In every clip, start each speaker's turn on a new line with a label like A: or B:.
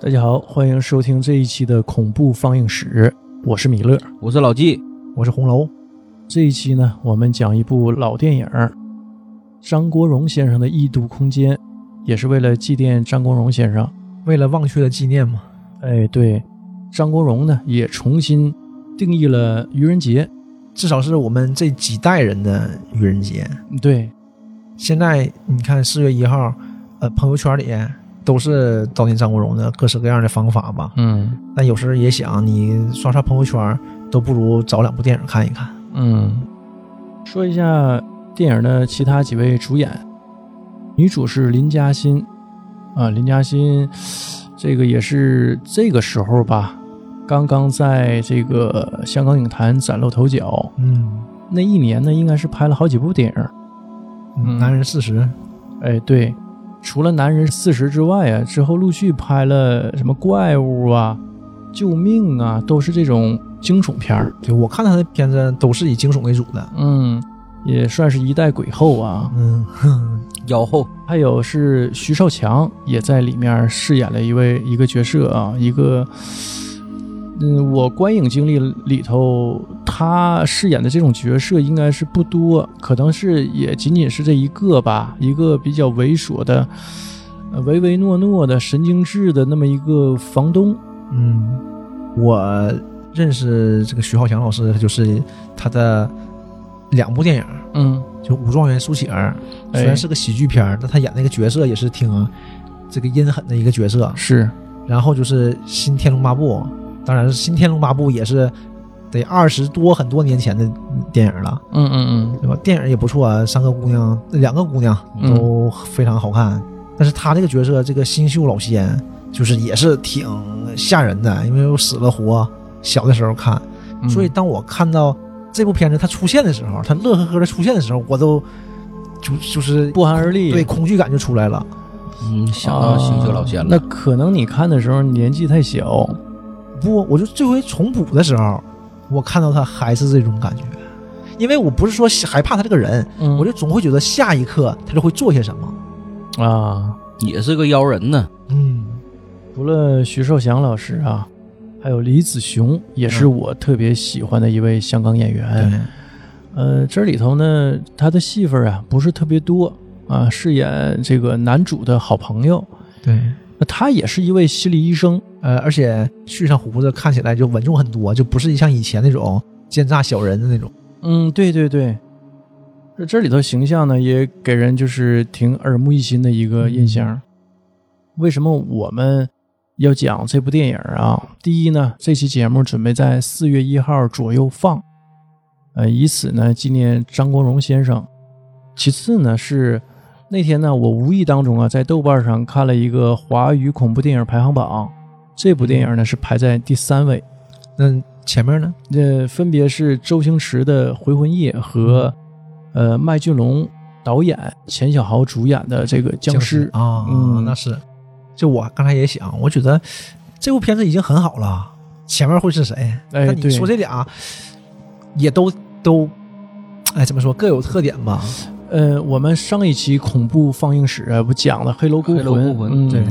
A: 大家好，欢迎收听这一期的恐怖放映室，我是米勒，
B: 我是老纪，
A: 我是红楼。这一期呢，我们讲一部老电影儿，张国荣先生的《异度空间》，也是为了祭奠张国荣先生。
C: 为了忘却的纪念嘛。
A: 哎，对，张国荣呢也重新定义了愚人节。
C: 至少是我们这几代人的愚人节。
A: 对，
C: 现在你看四月一号，呃，朋友圈里都是悼念张国荣的各式各样的方法吧。
A: 嗯
C: 但有时候也想，你刷刷朋友圈，都不如找两部电影看一看。
A: 嗯。说一下电影的其他几位主演，女主是林嘉欣，啊，林嘉欣，这个也是这个时候吧，刚刚在这个香港影坛崭露头角。
C: 嗯，
A: 那一年呢，应该是拍了好几部电影。嗯
C: 男人四十，
A: 哎，对，除了《男人四十》之外啊，之后陆续拍了什么《怪物》啊、《救命》啊，都是这种惊悚片儿。
C: 对我看他的片子都是以惊悚为主的。
A: 嗯，也算是一代鬼后啊。
C: 嗯，
B: 腰后
A: 还有是徐少强也在里面饰演了一位一个角色啊，一个，嗯，我观影经历里头，他饰演的这种角色应该是不多，可能是也仅仅是这一个吧，一个比较猥琐的、呃唯唯诺诺的、神经质的那么一个房东。
C: 嗯，我认识这个徐浩翔老师，就是他的两部电影，
A: 嗯，
C: 就《武状元苏乞儿》，
A: 哎
C: 虽然是个喜剧片儿，但他演那个角色也是挺这个阴狠的一个角色。
A: 是，
C: 然后就是《新天龙八部》，当然是《新天龙八部》也是得二十多很多年前的电影了，
A: 嗯嗯
C: 对吧？电影也不错、啊，三个姑娘，两个姑娘
A: 嗯
C: 都非常好看。但是他这个角色，这个新秀老仙，就是也是挺吓人的，因为我死了活，小的时候看，
A: 嗯，
C: 所以当我看到这部片子它出现的时候，它乐呵呵的出现的时候，我都就就是
A: 不寒而栗。啊
C: 对恐惧感就出来了。啊
B: 嗯，想到星球老仙
A: 那
B: 了，
A: 可能你看的时候年纪太小，
C: 不，我就这回重补的时候，我看到他还是这种感觉，因为我不是说害怕他这个人，
A: 嗯
C: 我就总会觉得下一刻他就会做些什么。
A: 啊，
B: 也是个妖人呢。
C: 嗯，
A: 除了徐寿祥老师啊，还有李子雄，也是我特别喜欢的一位香港演
B: 嗯
A: 员。
C: 对，
A: 呃，这里头呢，他的戏份啊不是特别多啊，饰演这个男主的好朋友。
C: 对，
A: 那他也是一位心理医生，
C: 呃，而且续上胡子看起来就稳重很多，就不是像以前那种奸诈小人的那种。
A: 嗯，对对对，这这里头形象呢，也给人就是挺耳目一新的一个印象。为什么我们要讲这部电影啊？第一呢，这期节目准备在四月一号左右放，呃，以此呢纪念张国荣先生。其次呢是那天呢，我无意当中啊在豆瓣上看了一个华语恐怖电影排行榜，这部电影呢是排在第三位。
C: 那前面呢？
A: 这呃分别是周星驰的《回魂夜》和呃麦浚龙导演、钱小豪主演的这个《僵尸》
C: 啊，
A: 嗯
C: 那是。就我刚才也想，我觉得这部片子已经很好了，前面会是谁？
A: 哎
C: 啊但你
A: 对
C: 说这俩也都都，哎，怎么说各有特点吧？
A: 呃，我们上一期恐怖放映室啊不讲了《黑楼孤
B: 黑楼孤
A: 嗯，
B: 魂对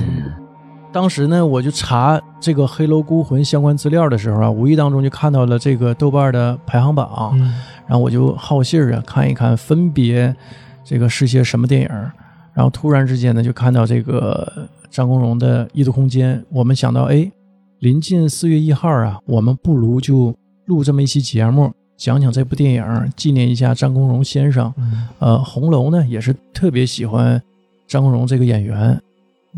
A: 当时呢，我就查这个《黑楼孤魂》相关资料的时候啊，无意当中就看到了这个豆瓣的排行榜，
C: 嗯，
A: 然后我就好信儿啊，看一看分别这个是些什么电影儿。然后突然之间呢，就看到这个张国荣的《异度空间》，我们想到，哎，临近四月一号啊，我们不如就录这么一期节目，讲讲这部电影儿，纪念一下张国荣先生。呃，红楼呢也是特别喜欢张国荣这个演员，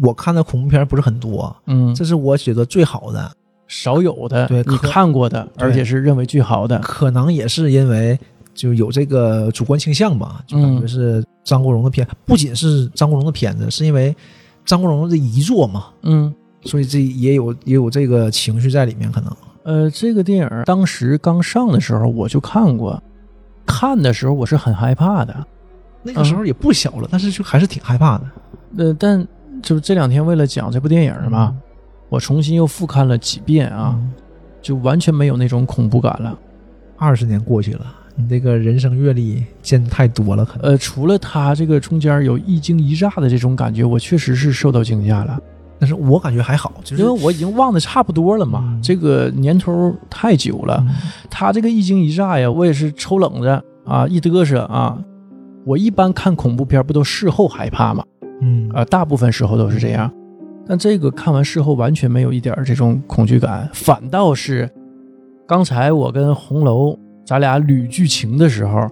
C: 我看的恐怖片不是很多，
A: 嗯，
C: 这是我觉得最好的，
A: 少有的
C: 对
A: 你
C: 可
A: 看过的，
C: 对
A: 而且是认为最好的，
C: 可能也是因为就有这个主观倾向吧，就感觉
A: 嗯
C: 是张国荣的片，不仅是张国荣的片子，是因为张国荣的遗作嘛，
A: 嗯。
C: 所以这也有也有这个情绪在里面，可能。
A: 呃，这个电影儿当时刚上的时候我就看过，看的时候我是很害怕的。
C: 那个时
A: 嗯
C: 候也不小了，但是就还是挺害怕的。
A: 呃，但就是这两天为了讲这部电影儿嘛，我重新又复看了几遍啊，
C: 嗯，
A: 就完全没有那种恐怖感了。
C: 二十年过去了，你这个人生阅历见得太多了，可能。
A: 呃，除了它这个中间有一惊一乍的这种感觉，我确实是受到惊吓了。
C: 但是我感觉还好，就是
A: 因为我已经忘得差不多了嘛，
C: 嗯
A: 这个年头太久了。
C: 嗯
A: 他这个一惊一乍呀，我也是抽冷子啊，一嘚瑟啊。我一般看恐怖片不都事后害怕嘛？
C: 嗯
A: 啊、大部分时候都是这样。但这个看完事后完全没有一点儿这种恐惧感，反倒是刚才我跟红楼咱俩捋剧情的时候，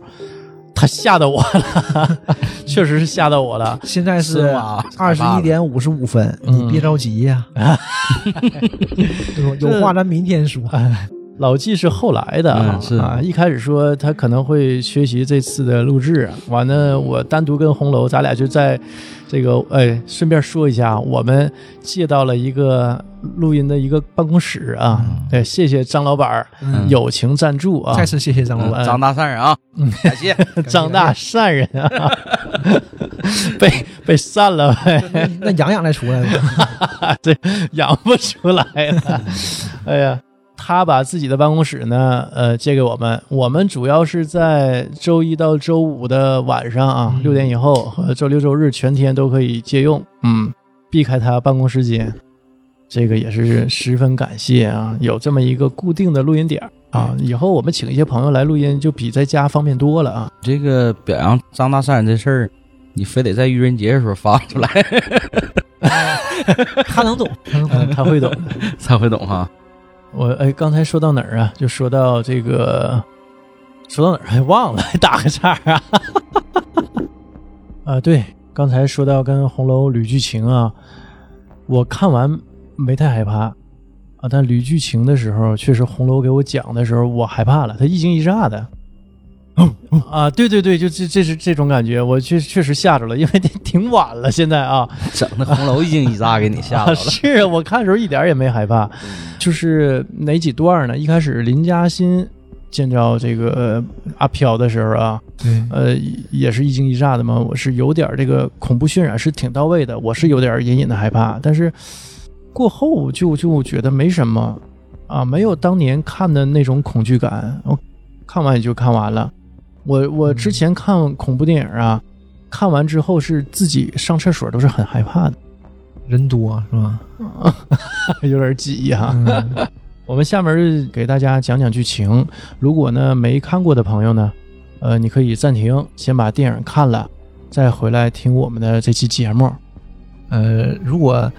A: 他吓到我了， 确实是吓到我了。
C: 现在是
B: 是吗
C: 二十一点五十五分，你别着急呀、
A: 嗯
C: 有 有话咱明天说。
A: 嗯老纪是后来的啊，
B: 嗯是
A: 啊，一开始说他可能会缺席这次的录制，完了我单独跟红楼，咱俩就在这个哎，顺便说一下，我们借到了一个录音的一个办公室啊，对，谢谢张老板儿
B: 嗯
A: 友情赞助 啊，
C: 再次谢谢张老板，
B: 嗯张大善人啊，感谢。
A: 张大善人啊， 被被散了呗。
C: 那洋洋来出来了，
A: 这养不出来 了。哎呀，他把自己的办公室呢，呃，借给我们。我们主要是在周一到周五的晚上啊，
B: 嗯
A: 六点以后和周六周日全天都可以借用，嗯，避开他办公时间。这个也是十分感谢啊，有这么一个固定的录音点儿啊，以后我们请一些朋友来录音，就比在家方便多了啊。
B: 这个表扬张大善人这事儿，你非得在愚人节的时候发出来
C: 他能懂，他能
A: 嗯
C: 懂。
A: 他会懂的。
B: 才会懂啊哈。
A: 我哎，刚才说到哪儿啊？就说到这个，说到哪儿还忘了，还打个岔啊！ 啊，对，刚才说到跟红楼捋剧情啊，我看完没太害怕啊，但捋剧情的时候，确实红楼给我讲的时候，我害怕了，他一惊一乍的。啊，对对对，就这这是这种感觉，我确确实吓着了，因为 挺晚了，现在啊，
B: 整的红楼一惊一乍给你吓到 了。
A: 是啊，我看的时候一点儿也没害怕，就是哪几段呢？一开始林嘉欣见着这个、呃阿飘的时候啊，
C: 对，
A: 呃，也是一惊一乍的嘛。我是有点儿这个恐怖渲染是挺到位的，我是有点儿隐隐的害怕，但是过后就就觉得没什么啊，没有当年看的那种恐惧感。我看完也就看完了。我我之前看恐怖电影啊，看完之后是自己上厕所都是很害怕的。
C: 人多是吧？
A: 有点挤哈、
C: 嗯，
A: 我们下面给大家讲讲剧情。如果呢没看过的朋友呢，呃，你可以暂停，先把电影看了，再回来听我们的这期节目。
C: 呃，如果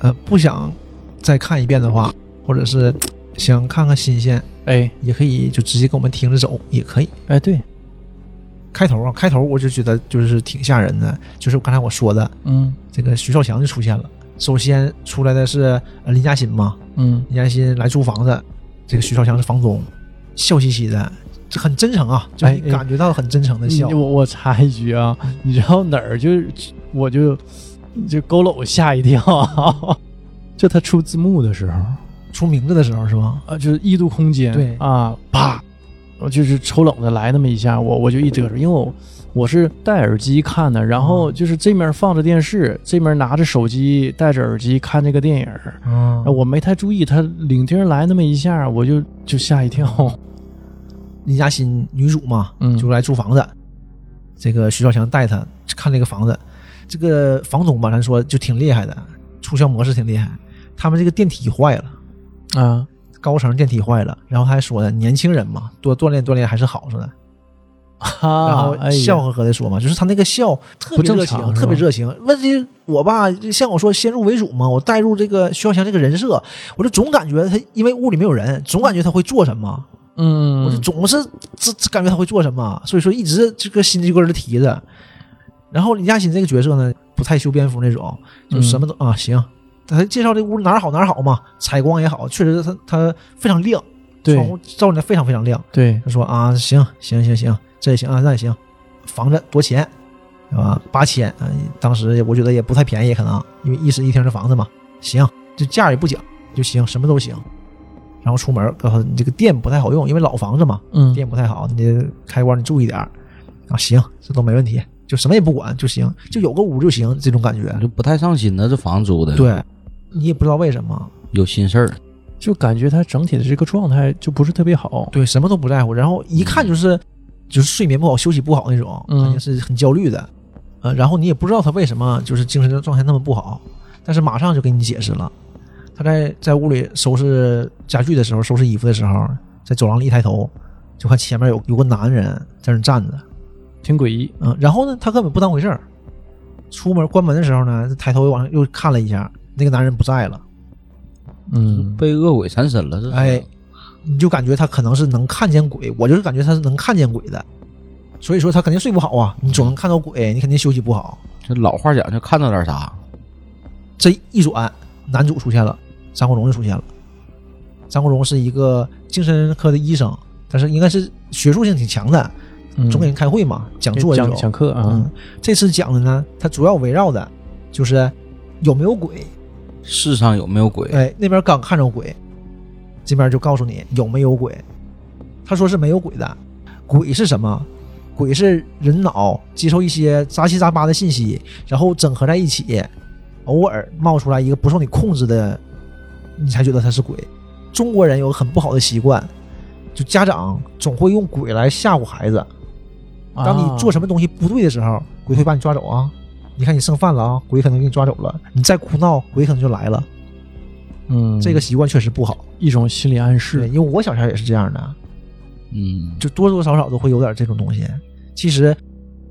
C: 呃不想再看一遍的话，或者是想看看新鲜，
A: 哎
C: 也可以就直接跟我们停着走，也可以。
A: 哎，对，
C: 开头啊，开头我就觉得就是挺吓人的，就是刚才我说的
A: 嗯
C: 这个徐少强就出现了。首先出来的是呃林嘉欣嘛，
A: 嗯
C: 林嘉欣来租房子，这个徐少强是房东，笑嘻嘻的，这很真诚啊，就
A: 哎
C: 你感觉到很真诚的
A: 你
C: 笑。
A: 我我插一句啊， 你知道哪儿就我就就佝偻吓一跳 啊，就他出字幕的时候
C: 出名字的时候是吧？
A: 啊，就是异度空间
C: 对
A: 啊，啪，我就是抽冷子来那么一下，我我就一嘚瑟，因为我我是戴耳机看的，然
C: 嗯
A: 后就是这面放着电视，这面拿着手机戴着耳机看这个电影儿，
C: 啊
A: 我没太注意，他领听来那么一下，我就就吓一跳。
C: 林嘉欣女主嘛，
A: 嗯
C: 就来租房子，这个徐少强带她看这个房子，这个房东吧，咱说就挺厉害的，促销模式挺厉害。他们这个电梯坏了，
A: 啊，
C: 高层电梯坏了，然后他还说呢，年轻人嘛，多锻炼锻炼还是好似的。
A: 哈，
C: 然后
A: 哎呀
C: 笑呵呵的说嘛，就是他那个笑特
A: 不
C: 别
A: 正
C: 热
A: 常
C: 情，
A: 是
C: 特别
A: 吧
C: 热情。问题我吧，就像我说先入为主嘛，我带入这个徐小强这个人设，我就总感觉他，因为屋里没有人，总感觉他会做什么，我就
A: 嗯，
C: 总是这这感觉他会做什么，所以说一直这个心就跟这提着。然后李嘉欣这个角色呢，不太修边幅那种，
A: 嗯
C: 就什么都、啊行。他介绍这屋哪儿好哪儿好嘛，采光也好，确实他他非常亮，窗
A: 对
C: 户照的非常非常亮。
A: 对，
C: 他说啊，行行行行，这也行啊，那也行，房子多钱？啊，八千啊，当时我觉得也不太便宜，可能因为一室一厅的房子嘛。行，这价也不讲，就行，什么都行。然后出门，告诉他你这个电不太好用，因为老房子嘛，
A: 嗯
C: 电不太好，你这开关你注意点儿。啊，行，这都没问题，就什么也不管就行，就有个屋就行，这种感觉。
B: 就不太上心呢，这房租的，，
C: 对，你也不知道为什么，
B: 有心事儿，
A: 就感觉他整体的这个状态就不是特别好。
C: 对，什么都不在乎，然后一看就是就是睡眠不好、休息不好那种，
A: 嗯
C: 肯定是很焦虑的。呃，然后你也不知道他为什么就是精神状态那么不好，但是马上就给你解释了。他在在屋里收拾家具的时候，收拾衣服的时候，在走廊里一抬头，就看前面有有个男人在那站着，
A: 挺诡异。
C: 嗯，然后呢，他根本不当回事儿。出门关门的时候呢，抬头又往上又看了一下，那个男人不在了，
A: 嗯，
B: 被恶鬼缠身了，这是
C: 哎，你就感觉他可能是能看见鬼，我就是感觉他是能看见鬼的，所以说他肯定睡不好啊，你总能看到鬼，你肯定休息不好。
B: 这老话讲究看到点啥，
C: 这一转，男主出现了，张国荣就出现了。张国荣是一个精神科的医生，但是应该是学术性挺强的，
A: 嗯
C: 总给人开会嘛，讲座这
A: 讲
C: 种。
A: 讲课啊
C: 嗯，，这次讲的呢，它主要围绕的就是有没有鬼。
B: 世上有没有鬼？
C: 哎，那边刚看着鬼，这边就告诉你有没有鬼。他说是没有鬼的，鬼是什么？鬼是人脑接受一些杂七杂八的信息，然后整合在一起，偶尔冒出来一个不受你控制的，你才觉得它是鬼。中国人有个很不好的习惯，就家长总会用鬼来吓唬孩子。
A: 啊
C: 当你
A: 什
C: 做什么东西不对的时候，鬼会把你抓走啊！你看你剩饭了啊，鬼可能给你抓走了。你再哭闹，鬼可能就来了。
A: 嗯
C: 这个习惯确实不好。
A: 一种心理暗示
C: 对，因为我小时候也是这样的，啊
B: 嗯，
C: 就多多少少都会有点这种东西。其实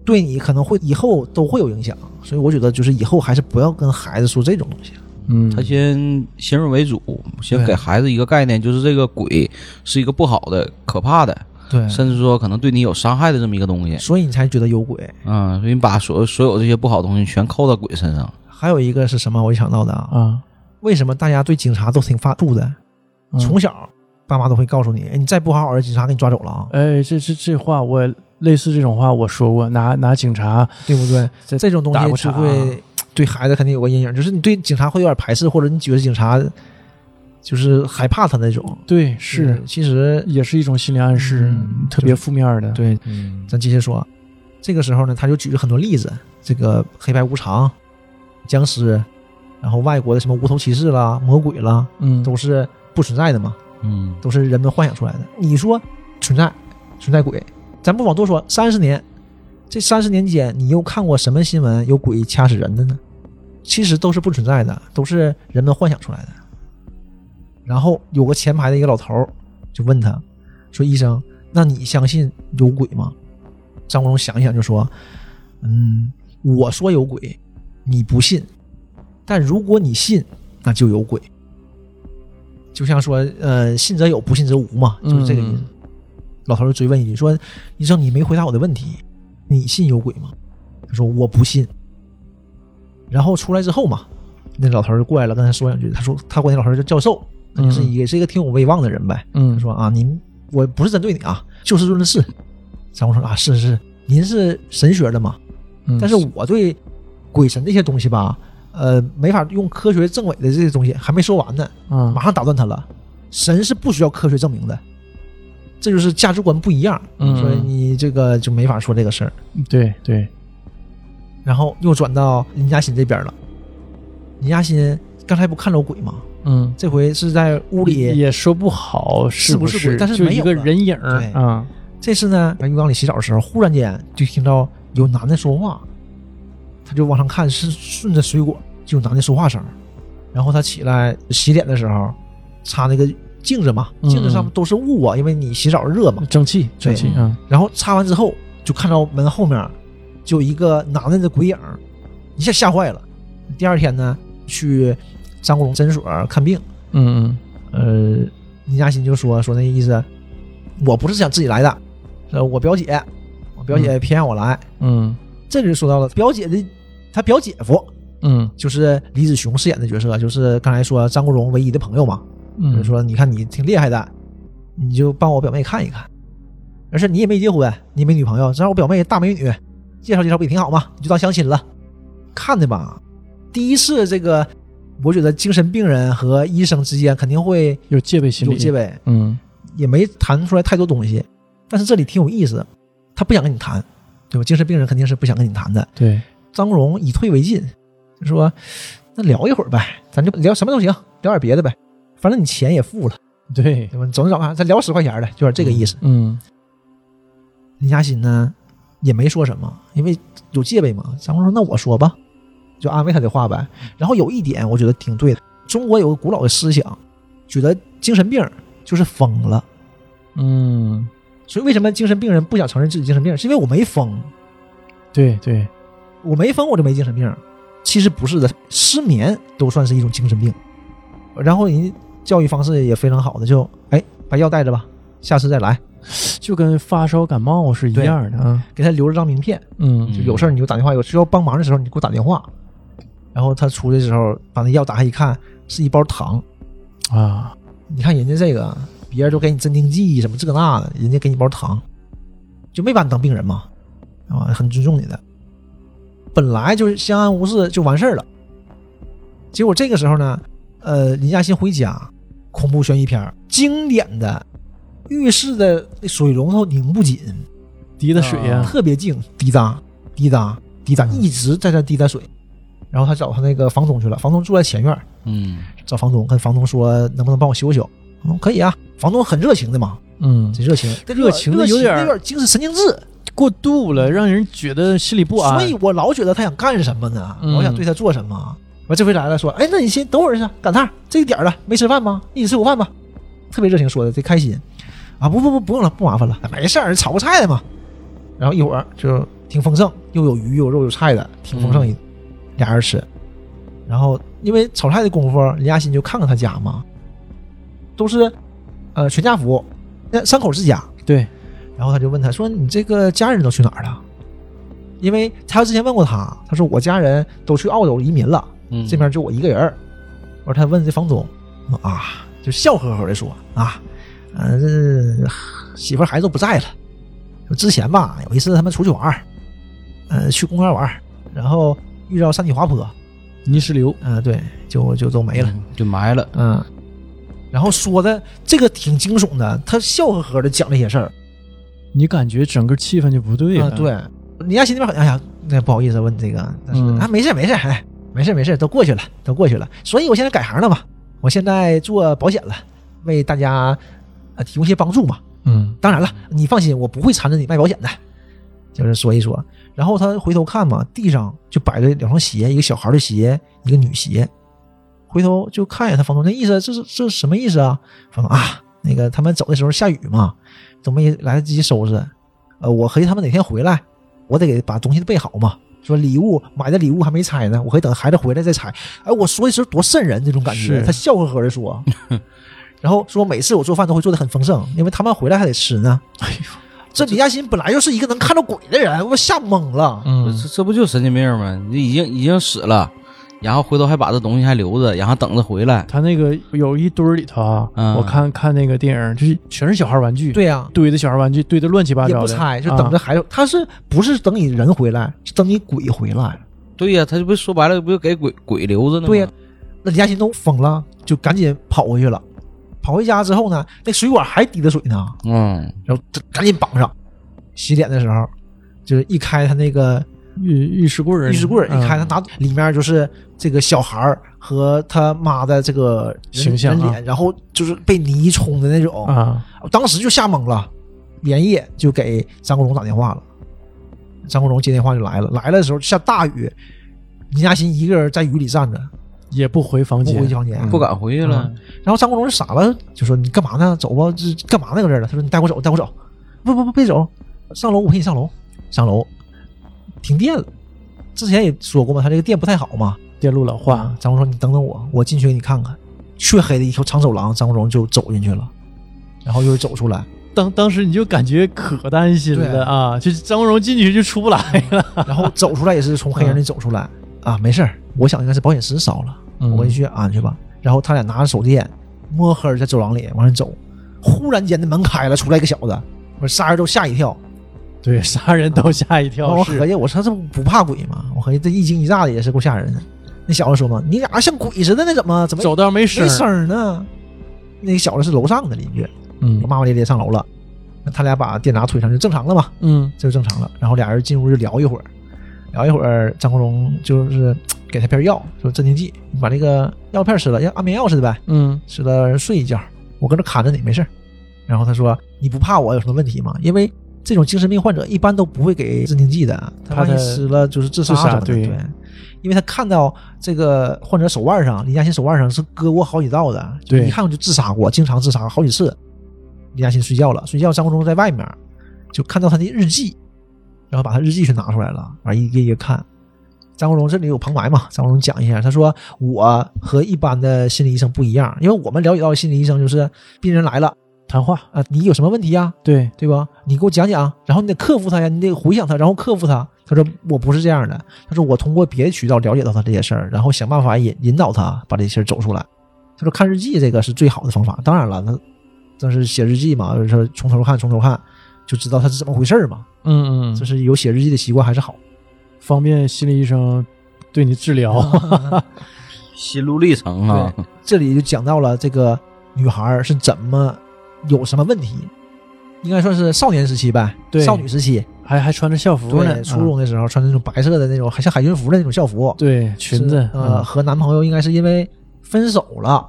C: 对你可能会以后都会有影响，所以我觉得就是以后还是不要跟孩子说这种东西。
A: 嗯，
B: 他先先入为主，先
C: 对
B: 给孩子一个概念，就是这个鬼是一个不好的、可怕的，
C: 对
B: 甚至说可能对你有伤害的这么一个东西。
C: 所以你才觉得有鬼。
B: 嗯，所以你把所有所有这些不好的东西全扣到鬼身上。
C: 还有一个是什么？我就想到的啊，
A: 啊，
C: 为什么大家对警察都挺发怵的？
A: 嗯
C: 从小爸妈都会告诉你，哎，你再不好好的，警察给你抓走了啊，
A: 哎，这这这话我类似这种话我说过，拿拿警察
C: 对不对？
A: 这
C: 这种东
A: 打
C: 西
A: 过
C: 就
A: 岔
C: 会对孩子肯定有个阴影，就是你对警察会有点排斥，或者你觉得警察就是害怕他那种。
A: 对是
C: 嗯，其实
A: 也是一种心理暗示，
C: 嗯
A: 特别负面的。，
C: 对，
A: 嗯
C: 咱接着说，啊这个时候呢，他就举了很多例子，这个黑白无常、僵尸，然后外国的什么无头骑士啦、魔鬼啦，
A: 嗯，
C: 都是不存在的嘛，
B: 嗯，
C: 都是人们幻想出来的。你说存在，存在鬼，咱不往多说，三十年，这三十年间，你又看过什么新闻有鬼掐死人的呢？其实都是不存在的，都是人们幻想出来的。然后有个前排的一个老头儿就问他说：“医生，那你相信有鬼吗？”张国荣想一想就说：“嗯，我说有鬼，你不信，但如果你信，那就有鬼。”就像说，呃，信则有，不信则无嘛，就是这个意思。
A: 嗯
C: 老头儿就追问一句说：“医生，你没回答我的问题，你信有鬼吗？”他说：“我不信。”然后出来之后嘛，那老头儿就过来了，跟他说两句。他说：“他管那老头儿叫教授，肯定是
A: 嗯
C: 也是一个挺有威望的人呗。”
A: 嗯
C: 他说啊，您我不是针对你啊，就事论事。张国荣说啊，是是，您是神学的嘛，
A: 嗯
C: 但是我对鬼神这些东西吧，呃，没法用科学证伪的这些东西还没说完呢，
A: 啊
C: 马上打断他了。神是不需要科学证明的，这就是价值观不一样，
A: 嗯
C: 所以你这个就没法说这个事儿。
A: 对对，
C: 然后又转到林嘉欣这边了，林嘉欣刚才不看着鬼吗？
A: 嗯，
C: 这回是在屋里
A: 也说不好
C: 是不
A: 不
C: 是鬼但是
A: 就
C: 没
A: 一
C: 有
A: 个
C: 了
A: 人影儿
C: 对
A: 啊，
C: 这次呢，在浴缸里洗澡的时候，忽然间就听到有男的说话，他就往上看，是顺着水果就有男的说话声。然后他起来洗脸的时候，擦那个镜子嘛，
A: 嗯
C: 镜子上面都是雾啊，因为你洗澡热嘛。
A: 蒸汽蒸
C: 对
A: 汽啊，
C: 然后擦完之后，就看到门后面就有一个男的的鬼影，一下吓坏了。第二天呢，去张国荣诊所看病，
A: 嗯嗯
C: 呃，倪嘉欣就说说那意思，我不是想自己来的，是我表姐，我表姐偏让我来。
A: 嗯
C: 这就说到了表姐的，她表姐夫
A: 嗯
C: 就是李子雄饰演的角色，就是刚才说张国荣唯一的朋友嘛。就
A: 嗯，
C: 说你看你挺厉害的，你就帮我表妹看一看，而是你也没结婚，你也没女朋友，正好我表妹大美女，介绍介绍不也挺好吗？你就当相亲了。看的吧，第一次这个，我觉得精神病人和医生之间肯定会
A: 有戒备心理，
C: 有戒，备，
A: 嗯
C: 也没谈出来太多东西。但是这里挺有意思，他不想跟你谈，对吧？精神病人肯定是不想跟你谈的。
A: 对，
C: 张国荣以退为进，就说那聊一会儿呗，咱就聊什么都行，聊点别的呗，反正你钱也付了，
A: 对，
C: 对吧？你总得找啊看，咱聊十块钱的，就是这个意思。
A: 嗯
C: 林嘉欣呢也没说什么，因为有戒备嘛。张国荣说那我说吧，就安慰他的话呗。然后有一点我觉得挺对的，中国有个古老的思想，觉得精神病就是疯了。
A: 嗯，
C: 所以为什么精神病人不想承认自己精神病？是因为我没疯，
A: 对对，
C: 我没疯我就没精神病。其实不是的，失眠都算是一种精神病。然后人家教育方式也非常好的，就哎把药带着吧，下次再来，
A: 就跟发烧感冒是一样的啊。
C: 给他留着张名片，
A: 嗯
C: 就有事儿你就打电话，有需要帮忙的时候你给我打电话。然后他出去的时候把那药打开一看，是一包糖。
A: 啊，
C: 你看人家这个，啊别人都给你镇定剂什么这个那的，人家给你包糖，就没把你当病人嘛，啊，很尊重你的。本来就是相安无事就完事儿了，结果这个时候呢，呃，林嘉欣回家，恐怖悬疑片儿经典的浴室的那水龙头拧不紧，
A: 滴的水呀、
B: 啊
C: 特别静，滴答滴答滴答，一直在这滴答水。然后他找他那个房东去了，房东住在前院儿，
B: 嗯
C: 找房东，跟房东说能不能帮我修修？房东可以啊，房东很热情的嘛，
A: 嗯，
C: 这热情，这
A: 热情的有点儿
C: 有点精神神经质，
A: 过度了，让人觉得心里不安。
C: 所以我老觉得他想干什么呢？
A: 嗯
C: 老想对他做什么。完这回来了，说，哎，那你先等会儿去，赶趟儿，这个点儿了，没吃饭吗？一起吃口饭吧。特别热情，说的这开心啊，不不不，不用了，不麻烦了，没事儿，炒个菜的嘛。然后一会儿就挺丰盛，又有鱼有肉有菜的，挺丰
A: 嗯
C: 盛一，俩人吃。然后因为炒菜的功夫，林嘉欣就看看他家嘛，都是呃全家福，那三口之家，
A: 对，
C: 然后他就问他说：“你这个家人都去哪儿了？”因为他之前问过他，他说：“我家人都去澳洲移民了，
B: 嗯，
C: 这边就我一个人儿。”我说：“他问这房东啊，就笑呵呵的说啊，嗯、这媳妇儿孩子都不在了。说之前吧，有一次他们出去玩儿，呃，去公园玩儿，然后遇到山体滑坡，
A: 泥石流，
C: 嗯、对，就就都没了。
B: 嗯就埋了，
C: 嗯，然后说的这个挺惊悚的，他笑呵呵的讲这些事儿。”
A: 你感觉整个气氛就不对了。
C: 啊，，对，李嘉欣那边好像，哎呀，那不好意思问这个，但是、
A: 嗯
C: 啊，没事没事，哎，没事没事，都过去了，都过去了。所以我现在改行了嘛，我现在做保险了，为大家呃提供一些帮助嘛。
A: 嗯
C: 当然了，你放心，我不会缠着你卖保险的，就是说一说。然后他回头看嘛，地上就摆着两双鞋，一个小孩的鞋，一个女鞋。回头就看一眼他房东，那意思这是这是什么意思啊？房东啊，那个他们走的时候下雨嘛，都没来得及收拾。呃，我合计他们哪天回来，我得给把东西备好嘛。说礼物买的礼物还没拆呢，我可以等孩子回来再拆。哎，我说的时候多瘆人，这种感觉。
A: 是
C: 他笑呵呵的说，然后说每次我做饭都会做的很丰盛，因为他们回来还得吃呢。
A: 哎呦，
C: 这李嘉欣本来就是一个能看到鬼的人，我吓懵了。
A: 嗯，
B: 这这不就神经病吗？你已经已经死了，然后回头还把这东西还留着，然后等着回来，
A: 他那个有一堆儿里头啊，
B: 嗯
A: 我看看那个电影，就是全是小孩玩具，
C: 对呀、
A: 堆的小孩玩具堆的乱七八
C: 也
A: 糟的，
C: 不拆，就等着
A: 啊
C: 孩子。他是不是等你人回来，是等你鬼回来？
B: 对呀、他这不说白了，不就给鬼鬼留着呢吗？
C: 对呀、那李嘉欣都疯了，就赶紧跑回去了。跑回家之后呢，那水管还滴着水呢，
B: 嗯，
C: 然后这赶紧绑上。洗脸的时候，就是一开他那个
A: 玉玉石棍儿，
C: 浴室柜，
A: 嗯
C: 一开他拿里面就是这个小孩儿和他妈的这个人
A: 形象啊
C: 人脸，然后就是被泥冲的那种。
A: 啊，
C: 我当时就吓懵了，连夜就给张国荣打电话了。张国荣接电话就来了，来了的时候下大雨，倪嘉欣一个人在雨里站着，
A: 也不回房
C: 不
A: 间嗯
C: 回，房间。
B: 不敢回去了，
C: 然后张国荣傻了，就说：“你干嘛呢？走吧，这干嘛呢？搁这儿了？”他说：“你带我走，带我走。”不不不，别走，上楼，我陪你上楼。上楼，停电了。之前也说过嘛，他这个电不太好嘛。
A: 电路老化，
C: 张国荣说：“你等等我，我进去给你看看。”黢黑的一条长走廊，张国荣就走进去了，然后又走出来，
A: 当当时你就感觉可担心
C: 对
A: 了啊，就是张国荣进去就出不来了，
C: 然后走出来也是从黑影里
A: 嗯
C: 走出来啊，没事儿，我想应该是保险丝烧了，我回去
A: 嗯
C: 安去吧。然后他俩拿着手电，摸黑儿在走廊里往上走，忽然间那门开了，出来一个小子，我仨人都吓一跳。
A: 对， 啥人都吓一
C: 然后
A: 跳，
C: 我
A: 是
C: 合计，我说这不不怕鬼吗？我合计这一惊一乍的也是够吓人的。那小子说嘛，你俩像鬼似的，那怎么怎么
A: 走道没
C: 没声儿呢？那个小子是楼上的邻居，
A: 嗯
C: 骂骂咧咧上楼了。那他俩把电闸推上去，正常了嘛？
A: 嗯
C: 这就正常了。然后俩人进屋就聊一会儿，聊一会儿，张国荣就是给他片药，说镇定剂，你把这个药片吃了，像安眠药似的呗，
A: 嗯
C: 吃了睡一觉，我搁这看着你，没事儿。然后他说：“你不怕我有什么问题吗？因为这种精神病患者一般都不会给镇定剂的，他万
A: 怕
C: 一
A: 他
C: 吃了就是自杀
A: 自杀
C: 什么的。
A: 对
C: 对，因为他看到这个患者手腕上，李嘉欣手腕上是割过好几道的，
A: 对
C: 一看就自杀过，经常自杀好几次。李嘉欣睡觉了，睡觉张国忠在外面就看到他的日记，然后把他日记全拿出来了，完一个一个看。张国荣这里有旁白嘛？张国荣讲一下，他说：“我和一般的心理医生不一样，因为我们了解到的心理医生就是病人来了
A: 谈话，
C: 啊，你有什么问题呀、
A: 对，
C: 对吧？你给我讲讲，然后你得克服它呀，你得回想它，然后克服它。他说我不是这样的，他说我通过别的渠道了解到他这些事儿，然后想办法引引导他把这些事儿走出来。他说看日记这个是最好的方法，当然了，那但是写日记嘛，就是说从头看从头看就知道他是怎么回事儿嘛，
A: 嗯嗯，
C: 就是有写日记的习惯还是好。
A: 方便心理医生对你治疗。
C: 嗯
B: 心路历程啊，
C: 这里就讲到了这个女孩儿是怎么有什么问题，应该算是少年时期呗，
A: 对
C: 少女时期，
A: 还还穿着校服呢，
C: 对，初中的时候穿那种白色的那种，还像海军服的那种校服
A: 嗯，对裙子嗯
C: 是，呃，和男朋友应该是因为分手了，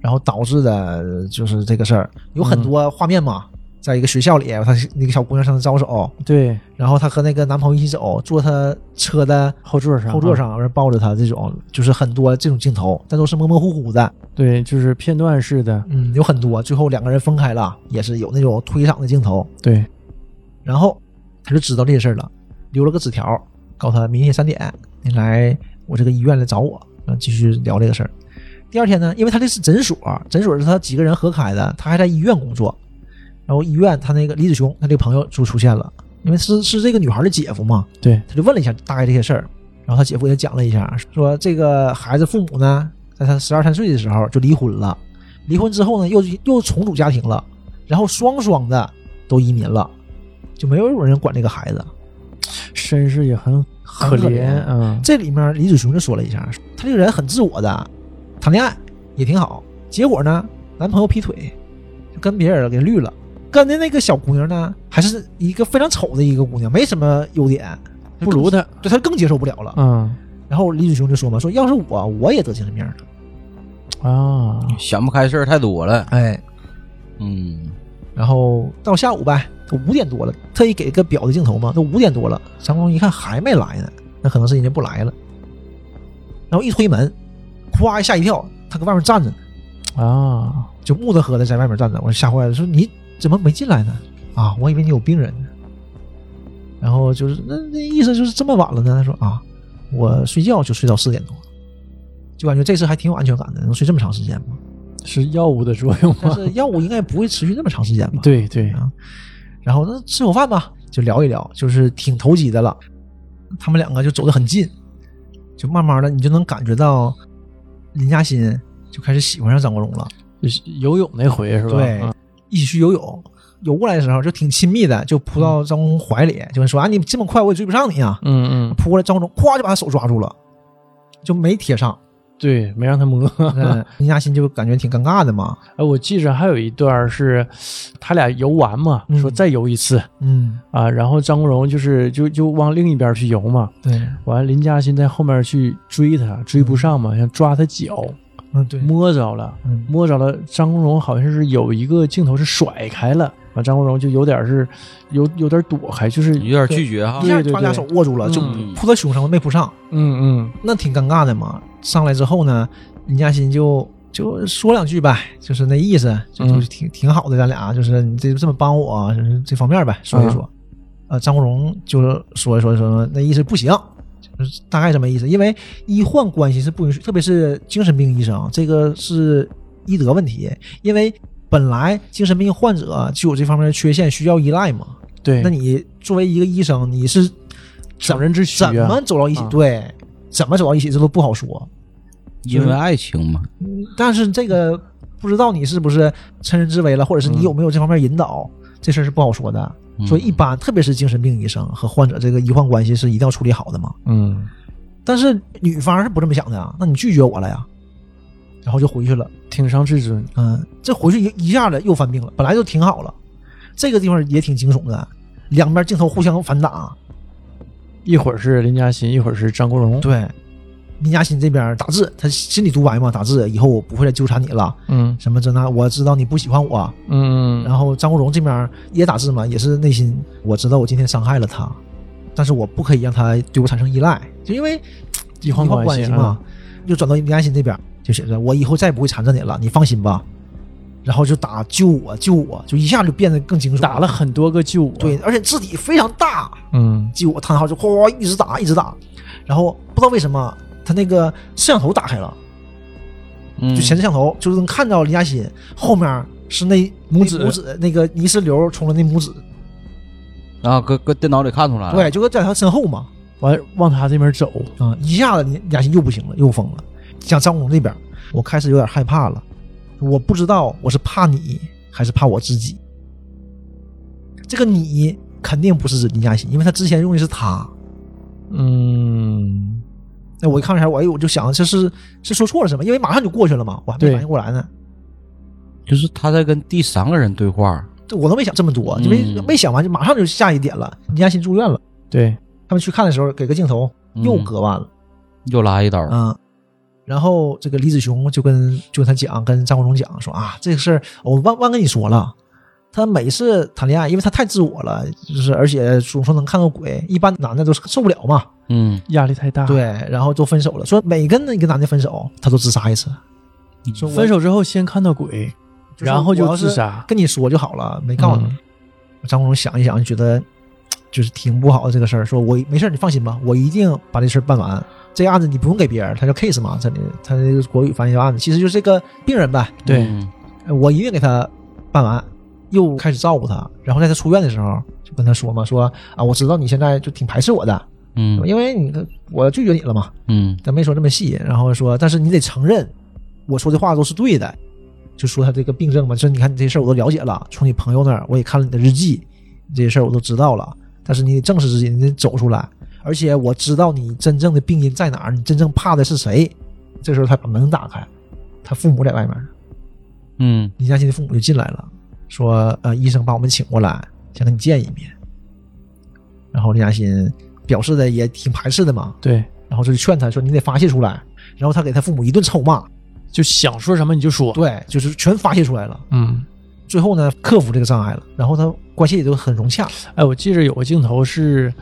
C: 然后导致的就是这个事儿，有很多画面嘛，在一个学校里，她那个小姑娘向她招手，
A: 嗯对
C: 然后她和那个男朋友一起走，坐她车的
A: 后座上
C: 后座
A: 啊
C: 上，而抱着她，这种就是很多这种镜头，但都是模模糊糊的，
A: 对，就是片段式的，
C: 嗯，有很多，最后两个人分开了，也是有那种推搡的镜头，
A: 对，
C: 然后他就知道这些事儿了，留了个纸条，告诉他明天三点你来我这个医院来找我，然后继续聊这个事儿。第二天呢，因为他这是诊所，诊所是他几个人合开的，他还在医院工作。然后医院他那个李子雄，他这个朋友就出现了，因为是是这个女孩的姐夫嘛，
A: 对，
C: 他就问了一下大概这些事儿，然后他姐夫也讲了一下，说这个孩子父母呢，在他十二三岁的时候就离婚了，离婚之后呢，又又重组家庭了，然后双双的都移民了，就没有人管这个孩子。
A: 身世也很可
C: 很可怜
A: 嗯，
C: 这里面李子雄就说了一下，他这个人很自我的，谈恋爱也挺好，结果呢，男朋友劈腿，就跟别人给绿了，跟的那个小姑娘呢，还是一个非常丑的一个姑娘，没什么优点，
A: 不如他，
C: 对他更接受不了了。
A: 嗯
C: 然后李子雄就说嘛，说要是我，我也得精神病了。
A: 啊，
B: 想不开事儿太多了。
C: 哎，
B: 嗯，
C: 然后到下午呗，都五点多了，特意给个表的镜头嘛，都五点多了，张光一看还没来呢，那可能是人家不来了。然后一推门，咵一吓一跳，他搁外面站着呢，
A: 啊，
C: 就木得呵的在外面站着，我吓坏了，说你怎么没进来呢？啊，我以为你有病人呢。然后就是那那意思就是这么晚了呢，他说啊，我睡觉就睡到四点多，就感觉这次还挺有安全感的，能睡这么长时间吗？
A: 是药物的作用
C: 但
A: 吗？
C: 是药物应该不会持续那么长时间吧？。
A: 对对，
C: 啊，然后那吃口饭吧，就聊一聊，就是挺投机的了。他们两个就走得很近，就慢慢的你就能感觉到林嘉欣就开始喜欢上张国荣了，
A: 就是游泳那回是吧？
C: 对
A: 嗯
C: 一起去游泳。游过来的时候就挺亲密的，就扑到张国荣怀里，就是说啊，你这么快我也追不上你啊！
A: 嗯嗯，
C: 扑过来，张国荣咵就把他手抓住了，就没 贴上。
A: 对，没让他摸。
C: 嗯，林嘉欣就感觉挺尴尬的嘛。
A: 哎，我记着还有一段儿是他俩游完嘛，
C: 嗯
A: 说再游一次
C: 嗯，
A: 啊，然后张国荣就是就就往另一边儿去游嘛，
C: 对，
A: 完林嘉欣在后面去追他，追不上嘛，想抓他脚，
C: 嗯对，
A: 摸着了，
C: 嗯
A: 摸着了。张国荣好像是有一个镜头是甩开了，完张国荣就有点儿是有有点儿躲开，就是
B: 有点拒绝哈
C: 一。
A: 对
C: 下就把俩手握住了，就
A: 嗯
C: 扑到胸上，没扑上。
A: 嗯嗯
C: 那挺尴尬的嘛。上来之后呢，林嘉欣就就说两句呗，就是那意思，就
A: 嗯
C: 就是挺挺好的，咱俩就是你这这么帮我，就是这方面呗，说一
A: 嗯
C: 说。呃，张国荣就说说说那意思不行，就是大概这么意思。因为医患关系是不允许，特别是精神病医生，这个是医德问题，因为。本来精神病患者就有这方面的缺陷，需要依赖嘛。
A: 对，
C: 那你作为一个医生，你是
A: 小哎人之需
C: 怎
A: 啊
C: 么，走到一起？
A: 啊
C: 对，怎么走到一起这都不好说。
B: 因为爱情嘛，
C: 嗯但是这个不知道你是不是趁人之危了，或者是你
A: 嗯
C: 有没有这方面引导，这事儿是不好说的。
B: 嗯
C: 所以一般，特别是精神病医生和患者这个医患关系是一定要处理好的嘛。
A: 嗯
C: 但是女方是不这么想的啊，那你拒绝我了呀，然后就回去了。
A: 挺伤自尊，
C: 嗯，这回去一一下子又犯病了，本来就挺好了，这个地方也挺惊悚的，两边镜头互相反打。
A: 一会儿是林嘉欣，一会儿是张国荣，
C: 对，林嘉欣这边打字，他心里独白嘛，打字以后我不会再纠缠你了，
A: 嗯
C: 什么这那，我知道你不喜欢我。
A: 嗯，
C: 然后张国荣这边也打字嘛，也是内心我知道我今天伤害了他，但是我不可以让他对我产生依赖，就因为
A: 地
C: 地
A: 方
C: 方
A: 关
C: 系
A: 啊
C: 嘛，，又转到李安心这边，就写着我以后再也不会缠着你了，你放心吧。然后就打救我救我，就一下就变得更清楚。
A: 打了很多个救我，
C: 对，，而且字体非常大，
A: 嗯
C: 就我叹号就哗哗一直打一直打，然后不知道为什么他那个摄像头打开了，
B: 嗯
C: 就前摄像头就是能看到李嘉欣，后面是那
A: 拇指
C: 那拇指那个泥石流冲了那拇指，
B: 啊，搁搁电脑里看出来了，
C: 对，，就搁在他身后嘛，
A: 啊完往他这边走，
C: 啊、一下子李李嘉欣又不行了，又疯了，像张国荣这边，我开始有点害怕了，我不知道我是怕你还是怕我自己，这个你肯定不是指林嘉欣，因为他之前用的是他。
A: 嗯，
C: 那我一看这，我哎呦，我就想这是是说错了什么？因为马上就过去了嘛，我还没
A: 对
C: 反应过来呢，
B: 就是他在跟第三个人对话，
C: 这我都没想这么多，就没、
B: 嗯
C: 没想完，就马上就下一点了。倪嘉欣住院了，
A: 对，
C: 他们去看的时候给个镜头
B: 嗯
C: 又割腕了
B: 又拉一刀，
C: 啊、然后这个李子雄就跟就跟他讲，跟张国荣讲说啊，这个事儿我忘忘跟你说了。他每次谈恋爱，因为他太自我了，就是而且总说能看到鬼，一般男的都受不了嘛。
B: 嗯，
A: 压力太大，，
C: 对，然后都分手了，说每跟一个男的分手，他都自杀一次。说我
A: 分手之后先看到鬼，
C: 就是
A: 然后
C: 我
A: 就
C: 要
A: 自
C: 是
A: 杀，
C: 跟你说就好了，没告诉你。
A: 嗯
C: 张国荣想一想，就觉得就是挺不好的这个事儿，说我没事儿，你放心吧，我一定把这事儿办完。这个案子你不用给别人，他叫 case 嘛，这里他这个国语翻译叫案子，其实就是这个病人呗，
A: 对
B: 嗯
C: 我一定给他办完。又开始照顾他，然后在他出院的时候就跟他说嘛，说啊，我知道你现在就挺排斥我的，
B: 嗯
C: 因为你我拒绝你了嘛，
B: 嗯
C: 咱没说这么细，然后说，但是你得承认，我说的话都是对的。就说他这个病症嘛，就是你看你这事儿我都了解了，从你朋友那儿我也看了你的日记，这些事儿我都知道了。但是你得正视自己，你得走出来。而且我知道你真正的病因在哪儿，你真正怕的是谁。这时候他把门打开，他父母在外面，
B: 嗯
C: 李嘉欣的父母就进来了，说：“呃，医生把我们请过来，想跟你见一面。”然后李嘉欣表示的也挺排斥的嘛，
A: 对，
C: 然后就劝他说：“你得发泄出来。”然后他给他父母一顿臭骂，
A: 就想说什么你就说，
C: 对，就是全发泄出来了。
A: 嗯，
C: 最后呢，克服这个障碍了，然后他关系也就很融洽。
A: 哎，我记着有个镜头是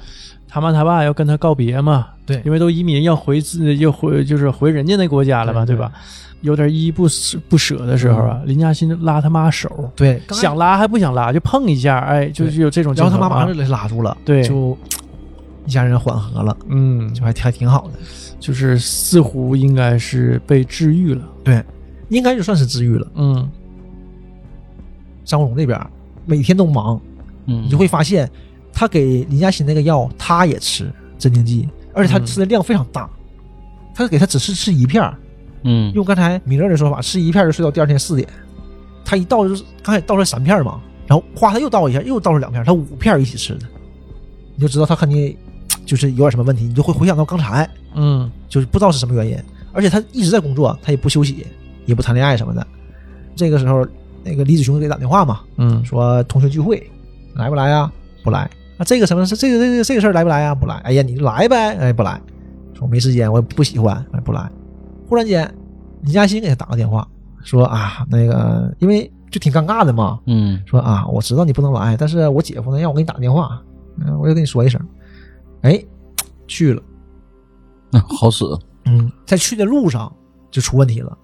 A: 他妈他爸要跟他告别嘛，
C: 对
A: 因为都移民要回自要回就是回人家那国家了嘛，
C: 对
A: 对吧？有点依依不舍不舍的时候啊，林嘉欣拉他妈手，
C: 对，刚开
A: 想拉还不想拉，就碰一下，哎，就
C: 对
A: 就有这种镜
C: 然
A: 头
C: 后
A: 啊。
C: 他妈马上就给拉住了，
A: 对
C: 就一家人缓和了，
A: 嗯，
C: 就还还挺好的。
A: 就是似乎应该是被治愈了。
C: 对，应该就算是治愈了。
A: 嗯，
C: 张国荣那边每天都忙，
B: 嗯，
C: 你就会发现他给林嘉欣那个药，他也吃镇静剂，而且他
A: 嗯
C: 吃的量非常大。他给他只是吃一片儿，
B: 嗯
C: 用刚才米勒的说法，吃一片就睡到第二天四点。他一倒就是刚才倒了三片嘛，然后哗他又倒一下，又倒了两片，他五片一起吃的，你就知道他肯定就是有点什么问题，你就会回想到刚才，
A: 嗯，
C: 就是不知道是什么原因，而且他一直在工作，他也不休息，也不谈恋爱什么的。这个时候，那个李子雄给打电话嘛，
A: 嗯，
C: 说哎同学聚会，来不来呀、不来。那这个什么是这个这个这个事儿来不来呀、不来。哎呀，你来呗，哎不来。说没时间，我也不喜欢，哎不来。忽然间，李嘉欣给他打个电话，说啊那个，因为就挺尴尬的嘛，
B: 嗯
C: 说啊我知道你不能来，但是我姐夫呢让我给你打个电话，嗯，我就跟你说一声。哎，去了，
B: 那 好使，
C: 嗯，在去的路上就出问题了，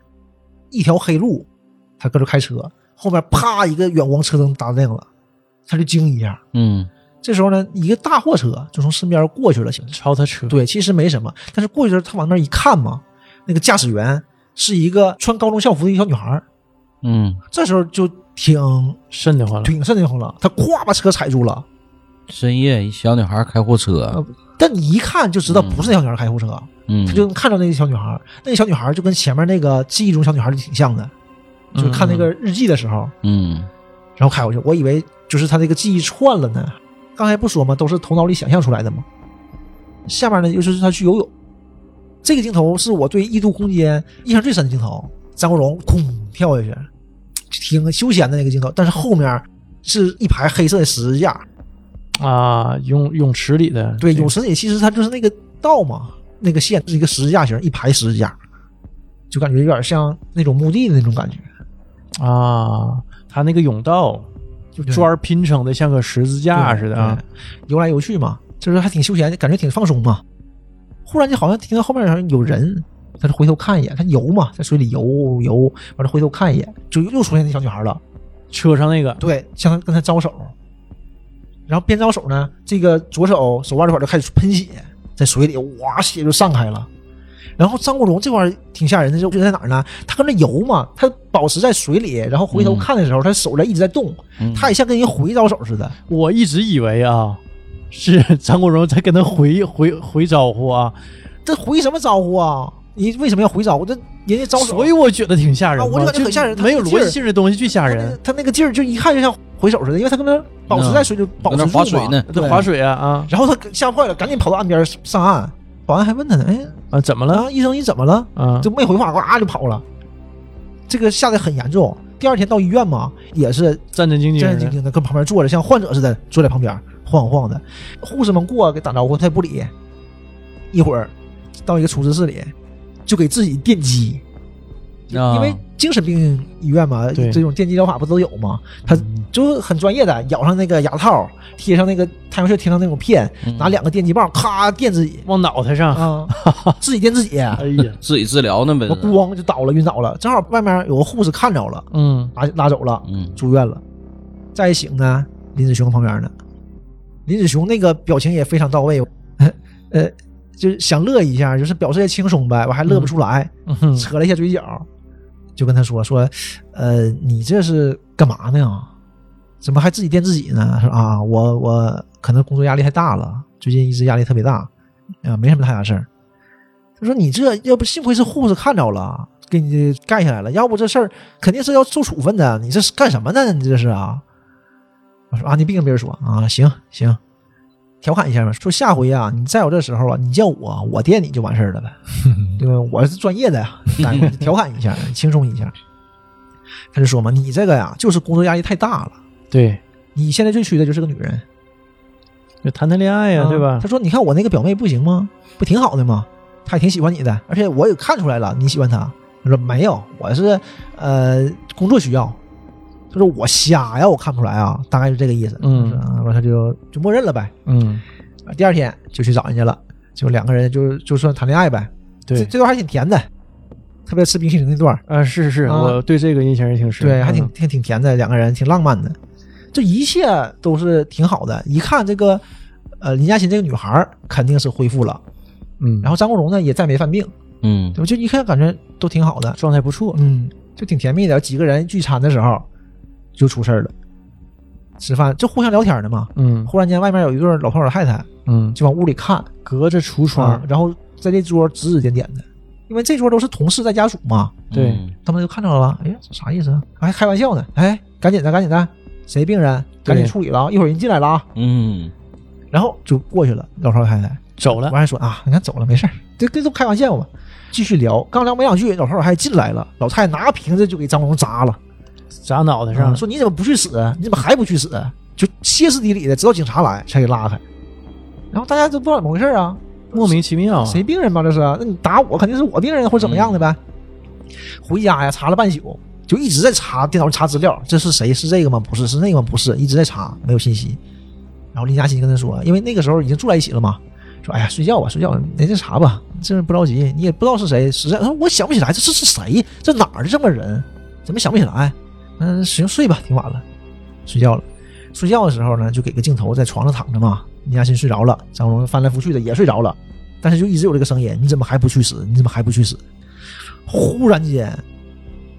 C: 一条黑路，他搁这开车，后面啪一个远光车灯打亮了，他就惊一下，
B: 嗯
C: 这时候呢，一个大货车就从身边过去了，行驶。
A: 超他车，
C: 对，其实没什么，但是过去的时候他往那儿一看嘛，那个驾驶员是一个穿高中校服的一个小女孩儿，
B: 嗯，
C: 这时候就挺
A: 瘆得慌了。
C: 挺瘆得慌了，他咵把车踩住了，
B: 深夜一小女孩开货车，
C: 但你一看就知道不是那小女孩开货车，啊
B: 嗯
C: 呃他就能看到那个小女孩儿，那个小女孩儿就跟前面那个记忆中小女孩儿挺像的，
A: 嗯
C: 就是看那个日记的时候，
B: 嗯
C: 然后开回去，我以为就是他这个记忆串了呢。刚才不说吗？都是头脑里想象出来的嘛。下面呢，就是他去游泳，这个镜头是我对《异度空间》印象最深的镜头。张国荣空跳下去，挺休闲的那个镜头，但是后面是一排黑色的十字架。
A: 啊，泳泳池里的，
C: 对，
A: 这个
C: 泳池里其实它就是那个道嘛，那个线是一个十字架形，一排十字架，就感觉有点像那种墓地的那种感觉。
A: 啊，他那个甬道就
C: 对
A: 砖儿拼成的，像个十字架
C: 对
A: 似的啊。
C: 对游来游去嘛，就是还挺休闲，感觉挺放松嘛。忽然就好像听到后面好像有人，他就回头看一眼，他游嘛，在水里游游，完了回头看一眼，就又出现那小女孩了。
A: 车上那个
C: 对，向他跟他招手，然后边招手呢，这个左手手腕这块就开始喷血，在水里哇血就散开了。然后张国荣这块儿挺吓人的，就就在哪儿呢？他跟那游嘛，他保持在水里，然后回头
B: 嗯
C: 看的时候，他手在一直在动，
B: 嗯
C: 他也像跟人回招手似的。
A: 我一直以为啊，是 张国荣在跟他回回回招呼啊，
C: 这回什么招呼啊？你为什么要回招呼？这人家招手，
A: 所以我觉得挺吓人的、
C: 啊我就感觉很吓人他
A: 没有
C: 那劲
A: 逻
C: 儿
A: 辑性的东西最吓
C: 他那
A: 人
C: 个。他那个劲儿就一看就像回手似的，因为他跟那保持在水里，保持
B: 那
C: 住
B: 划
C: 嘛
B: 水呢
A: 这
C: 对
A: 划。水啊啊
C: 然后他吓坏了，赶紧跑到岸边上岸。保安还问他呢，哎，
A: 啊，怎么了
C: 啊，医生你怎么了？
A: 啊？
C: 就没回话，呱就跑了。这个吓得很严重。第二天到医院嘛，也是
A: 战战兢兢
C: 战
A: 的
C: 战兢兢的跟旁边坐着，像患者似的坐在旁边晃晃晃的。护士们过给打招呼，他也不理。一会儿到一个处置室里，就给自己电击，
B: 啊
C: 因为精神病医院嘛，
A: 对嗯
C: 这种电击疗法不都有吗？他就很专业的，咬上那个牙套，贴上那个太阳穴，贴上那种片，
A: 嗯
C: 拿两个电击棒咔电自 己
A: 往脑袋上。
C: 啊，自己 电自己。
A: 哎呀，
B: 自己治疗呢呗
C: 我，咣就倒了，晕倒了。正好外面有个护士看着了，
A: 嗯，
C: 拉拉走了，
B: 嗯
C: 住院了。再一醒呢，林子雄旁边呢，林子雄那个表情也非常到位， 呃，就是想乐一下，就是表示也轻松呗，我还乐不出来，
A: 嗯
C: 扯了一下嘴角，就跟他说说，呃，你这是干嘛呢？啊怎么还自己电自己呢？他说啊，我我可能工作压力太大了，最近一直压力特别大，啊，没什么太大事儿。他说你这要不幸亏是护士看着了，给你盖下来了，要不这事儿肯定是要受处分的。你这是干什么呢？你这是啊？我说啊，你别跟别人说啊，行行，调侃一下吧。说下回啊，你再有这时候啊，你叫我，我电你就完事儿了呗，对吧？我是专业 的呀，赶紧调侃一下，轻松一下。他就说嘛，你这个呀，就是工作压力太大了。
A: 对，
C: 你现在最缺的就是个女人，
A: 就谈谈恋爱哎呀、
C: 啊
A: 对吧
C: 他？说：“你看我那个表妹不行吗？不挺好的吗？她也挺喜欢你的，而且我也看出来了你喜欢她。”他说：“没有，我是呃工作需要。”他说：“我瞎呀，我看不出来啊，大概是这个意思。”
A: 嗯
C: 是啊完他就就默认了呗。
A: 嗯，
C: 第二天就去找人家了，就两个人就就算谈恋爱呗。这
A: 对，
C: 这段还挺甜的，特别吃冰淇淋那段儿，
A: 啊，是是，
C: 啊
A: 我对这个印象也挺深，
C: 对，还挺
A: 嗯
C: 挺挺甜的，两个人挺浪漫的，这一切都是挺好的。一看这个呃林嘉欣这个女孩儿肯定是恢复了。
A: 嗯，
C: 然
A: 后
C: 后张国荣呢也再没犯病，
B: 嗯
C: 对吧？就一看感觉都挺好的，
A: 状态不错，
C: 嗯，就挺甜蜜的。几个人聚餐的时候就出事儿了，吃饭就互相聊天呢嘛。
A: 嗯
C: 忽然间外面有一对老头老太太
A: 嗯，
C: 就往屋里看，
A: 隔着橱
C: 啊
A: 窗，，
C: 然后在这桌指指点点的，因为这桌都是同事带家属嘛，
A: 对
B: 嗯
C: 他们就看着了，哎呀，这啥意思啊？还开玩笑呢，哎，赶紧的，赶紧的，谁病人赶紧
A: 对
C: 处理了啊，一会儿人进来了啊。
B: 嗯
C: 然后就过去了，老头老太太。
A: 走了
C: 我，还说啊，你看走了，没事儿，这这都开玩笑嘛。继续聊，刚聊没两句，老头儿还进来了，老太太拿瓶子就给张国荣砸了，嗯
A: 砸脑袋上了，
C: 说你怎么不去死？你怎么还不去死？就歇斯底里的，直到警察来才给拉开。然后大家都不知道怎么回事儿啊，
A: 莫名其妙啊，
C: 谁病人吧这是？那你打我肯定是我病人或者怎么样的呗。回家呀，查了半宿，就一直在查电脑上查资料，这是谁？是这个吗？不是，是那个吗？不是，一直在查，没有信息。然后林嘉欣跟他说，因为那个时候已经住在一起了嘛，说哎呀睡觉吧，睡觉，没这查吧，这不着急，你也不知道是谁，实在他说我想不起来这是是谁，这哪儿的这么人，怎么想不起来？嗯，行睡吧，挺晚了，睡觉了。睡觉的时候呢，就给个镜头在床上躺着嘛，林嘉欣睡着了，张国荣翻来覆去的也睡着了。但是就一直有这个声音，你怎么还不去死？你怎么还不去死？忽然间，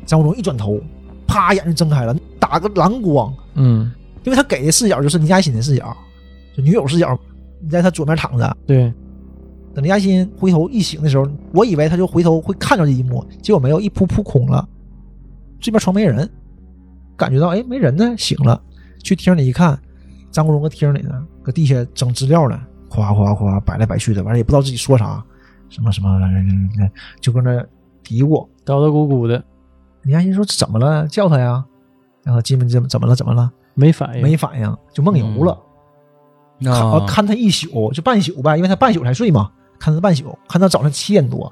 C: 张国荣一转头，啪，眼睛睁开了，打个蓝光，
A: 嗯，
C: 因为他给的视角就是林嘉欣的视角，就女友视角。你在他左面躺着，
A: 对，
C: 等林嘉欣回头一醒的时候，我以为他就回头会看到这一幕，结果没有，一扑扑空了。这边床没人，感觉到哎没人呢，醒了，去厅里一看，张国荣搁厅里呢，搁地下整资料呢，夸夸夸摆来摆去的，完了也不知道自己说啥，什么什么，就搁那嘀咕。
A: 叨叨咕咕的，
C: 林嘉欣说怎么了？叫他呀，然后金门怎么怎么了？怎么了？
A: 没反应，
C: 没反应，就梦游了。看、哦
B: 啊
C: 看他一宿，就半宿呗，因为他半宿才睡嘛，看他半宿，看到早上七点多，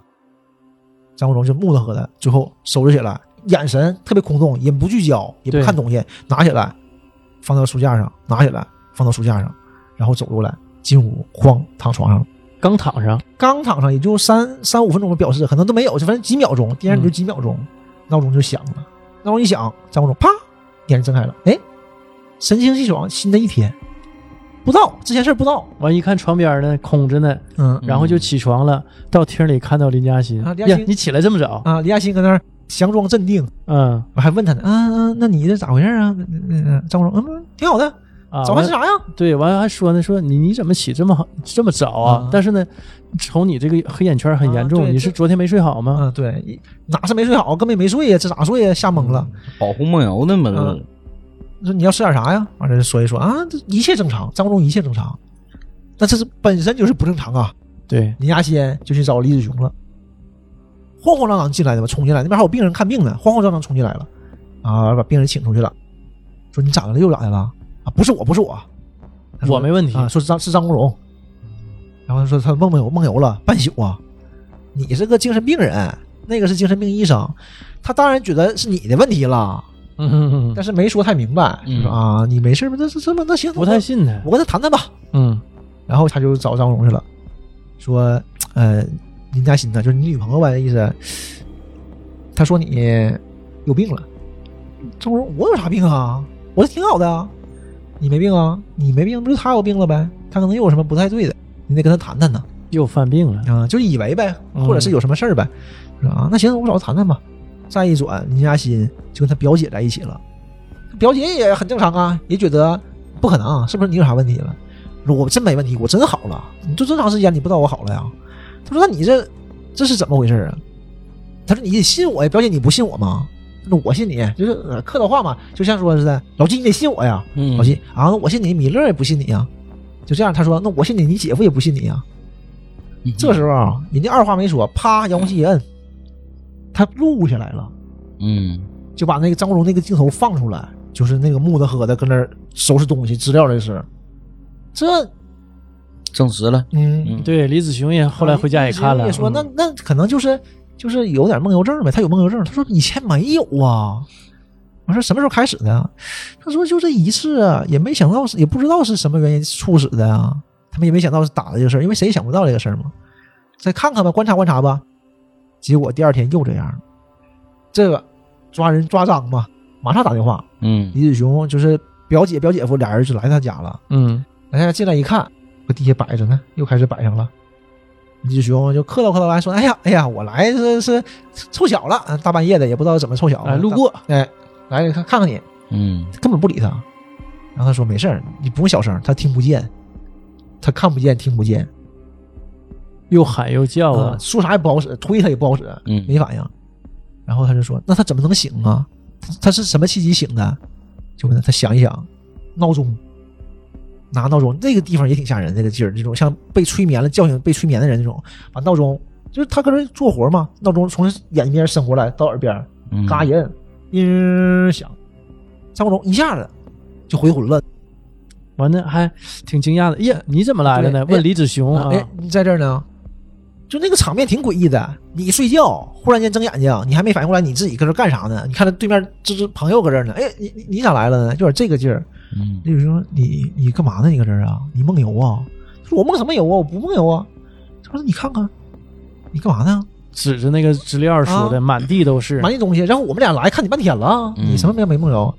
C: 张国荣就木讷呵的，最后收拾起来，眼神特别空洞，也不聚焦，也不
A: 对
C: 看东西，拿起来放到书架上，拿起来放到书架上，然后走过来进屋，哐躺床上了，
A: 刚躺上，
C: 刚躺上也就三三五分钟的表示，可能都没有，就反正几秒钟，电视就
A: 嗯
C: 几秒钟，闹钟就响了。闹钟一响，张国忠啪，眼睛睁开了，哎，神清气爽，新的一天。不知道这些事儿不知道，
A: 完一看床边呢空着呢，
C: 嗯
A: 然后就起床了，到厅里看到林嘉欣
C: 啊，林嘉
A: 呀
C: 欣，
A: 你起来这么早？
C: 啊，李亚新搁那儿佯装镇定，
A: 嗯
C: 我还问他呢，啊啊，那你这咋回事啊？嗯嗯，张国荣，嗯，挺好的，
A: 啊，
C: 早饭吃啥呀？
A: 对，完还说呢，说你你怎么起这么好这么早啊
C: 啊？
A: 但是呢，瞅你这个黑眼圈很严
C: 啊
A: 重，
C: 对
A: 你是
C: 这
A: 昨天没睡好吗？
C: 嗯，对，一哪是没睡好，根本没睡呀，这咋睡呀？吓懵了。
B: 保护梦游呢嘛，这
C: 嗯说你要吃点啥呀？完了说一说啊，这一切正常，张国荣一切正常。那这是本身就是不正常啊！
A: 对，
C: 林亚先就去找李子雄了，慌慌张张进来的吧，冲进来，那边还有病人看病呢，慌慌张张冲进来了，啊，把病人请出去了，说你咋的了？又咋的了？啊，不是我，不是我，他说
A: 我没问题
C: 啊，说是张是张国荣，然后他说他梦梦游梦游了半宿啊，你是个精神病人，那个是精神病医生，他当然觉得是你的问题了，
A: 嗯嗯嗯，
C: 但是没说太明白，
B: 嗯
C: 说啊，你没事吧？那这这么那行，
A: 不太信他，
C: 我跟他谈谈吧。
A: 嗯
C: 然后他就找张荣去了，说，呃，林嘉欣呢，就是你女朋友吧，意思。他说你有病了，张荣，我有啥病啊？我挺好的啊，你没病啊？你没病，不是他有病了呗？他可能又有什么不太对的，你得跟他谈谈呢。
A: 又犯病了，
C: 啊、就以为呗，或者是有什么事儿呗。说啊，那行，我找他谈谈吧。再一转，林嘉欣就跟他表姐在一起了，表姐也很正常啊，也觉得不可能、啊，是不是你有啥问题了？说我真没问题，我真好了。你就这么长时间，你不知道我好了呀？他说那你这这是怎么回事啊？他说你得信我呀，表姐你不信我吗？他说我信你，就是呃客套话嘛，就像说似的，老季你得信我呀。
B: 嗯
C: 老季啊，我信你，米勒也不信你呀。就这样，他说那我信你，你姐夫也不信你啊呀。
B: 嗯
C: 这时候啊，人家二话没说，啪，遥控器一摁，他录下来了，
B: 嗯
C: 就把那个张国荣那个镜头放出来，就是那个木的喝的跟那儿收拾东西，资料这是。这，
B: 证实了，
C: 嗯，啊
B: 嗯
A: 对，李子雄也后来回家也看了，
C: 也说
A: 嗯
C: 那那可能就是就是有点梦游症呗，他有梦游症。他说以前没有啊。我说什么时候开始的啊？他说就这一次啊，也没想到是也不知道是什么原因促使的啊。他们也没想到是打的这个事儿，因为谁也想不到这个事儿嘛。再看看吧，观察观察吧。结果第二天又这样了，这个抓人抓赃嘛，马上打电话。
B: 嗯
C: 李子雄就是表姐表姐夫俩人就来他家了。
A: 嗯
C: 哎呀，进来一看，搁地下摆着呢，又开始摆上了。李志雄就客套客套来说：“哎呀，哎呀，我来是是凑巧了，啊大半夜的也不知道怎么凑巧，
A: 哎路过，
C: 哎，来看看看你，
B: 嗯
C: 根本不理他。”然后他说：“没事儿，你不用小声，他听不见，他看不见，听不见，
A: 又喊又叫
C: 啊
A: 啊，
C: 说啥也不好使，推他也不好使，
B: 嗯
C: 没反应。”然后他就说：“那他怎么能醒啊？他他是什么契机醒的？”就问他，他想一想，闹钟，拿闹钟，那个地方也挺吓人，那个劲儿，那种像被催眠了、叫醒被催眠的人那种，把闹钟，就是他搁那做活嘛，闹钟从眼边伸过来到耳边，
B: 嗯，
C: 嘎一摁，叮响，张国荣一下子就回魂了。
A: 完了还挺惊讶的，呀，你怎么来了呢？
C: 对哎
A: 问李子雄啊，
C: 哎，你在这儿呢？就那个场面挺诡异的，你睡觉忽然间睁眼睛，你还没反应过来你自己搁这儿干啥呢？你看他对面这这朋友搁这儿呢，哎，你你你咋来了呢？就有点这个劲儿。
B: 嗯
C: 那就说你你干嘛呢？你搁这儿啊？你梦游啊？他说我梦什么游啊？我不梦游啊。他说你看看，你干嘛呢？
A: 指着那个资料说的，满地都是，
C: 啊满地东西。然后我们俩来看你半天了，
B: 嗯
C: 你什么没没梦游？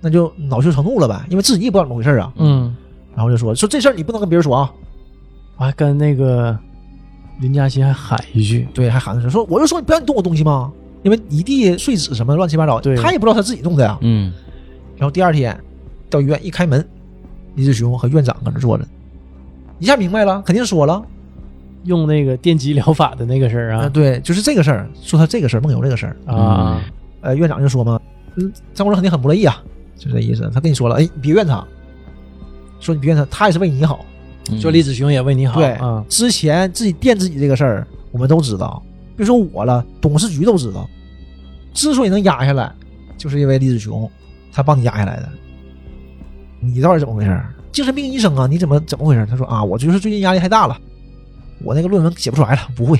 C: 那就恼羞成怒了呗，因为自己也不知道怎么回事啊。
A: 嗯，
C: 然后就说说这事儿你不能跟别人说啊。
A: 我还跟那个林嘉欣还喊一句，
C: 对，还喊着说我就说你不让你动我东西吗？因为一地碎纸什么乱七八糟，
A: 对
C: 他也不知道他自己弄的呀。
B: 嗯
C: 然后第二天到医院一开门，李志雄和院长搁那坐着，一下明白了，肯定说了。
A: 用那个电击疗法的那个事儿
C: 啊，
A: 啊
C: 对，就是这个事儿，说他这个事儿，梦游这个事儿。
A: 啊，
C: 呃，院长就说嘛，嗯，张国荣肯定很不乐意啊，就这意思。他跟你说了，哎，你别怨他，说你别怨他，他也是为你好。
B: 嗯
A: 说李子雄也为你好
C: 对，
A: 啊，
C: 之前自己垫自己这个事儿，我们都知道，别说我了，董事局都知道。之所以能压下来，就是因为李子雄，他帮你压下来的。你到底怎么回事儿？精神病医生啊，你怎么怎么回事儿？他说啊，我就是最近压力太大了，我那个论文写不出来了，不会。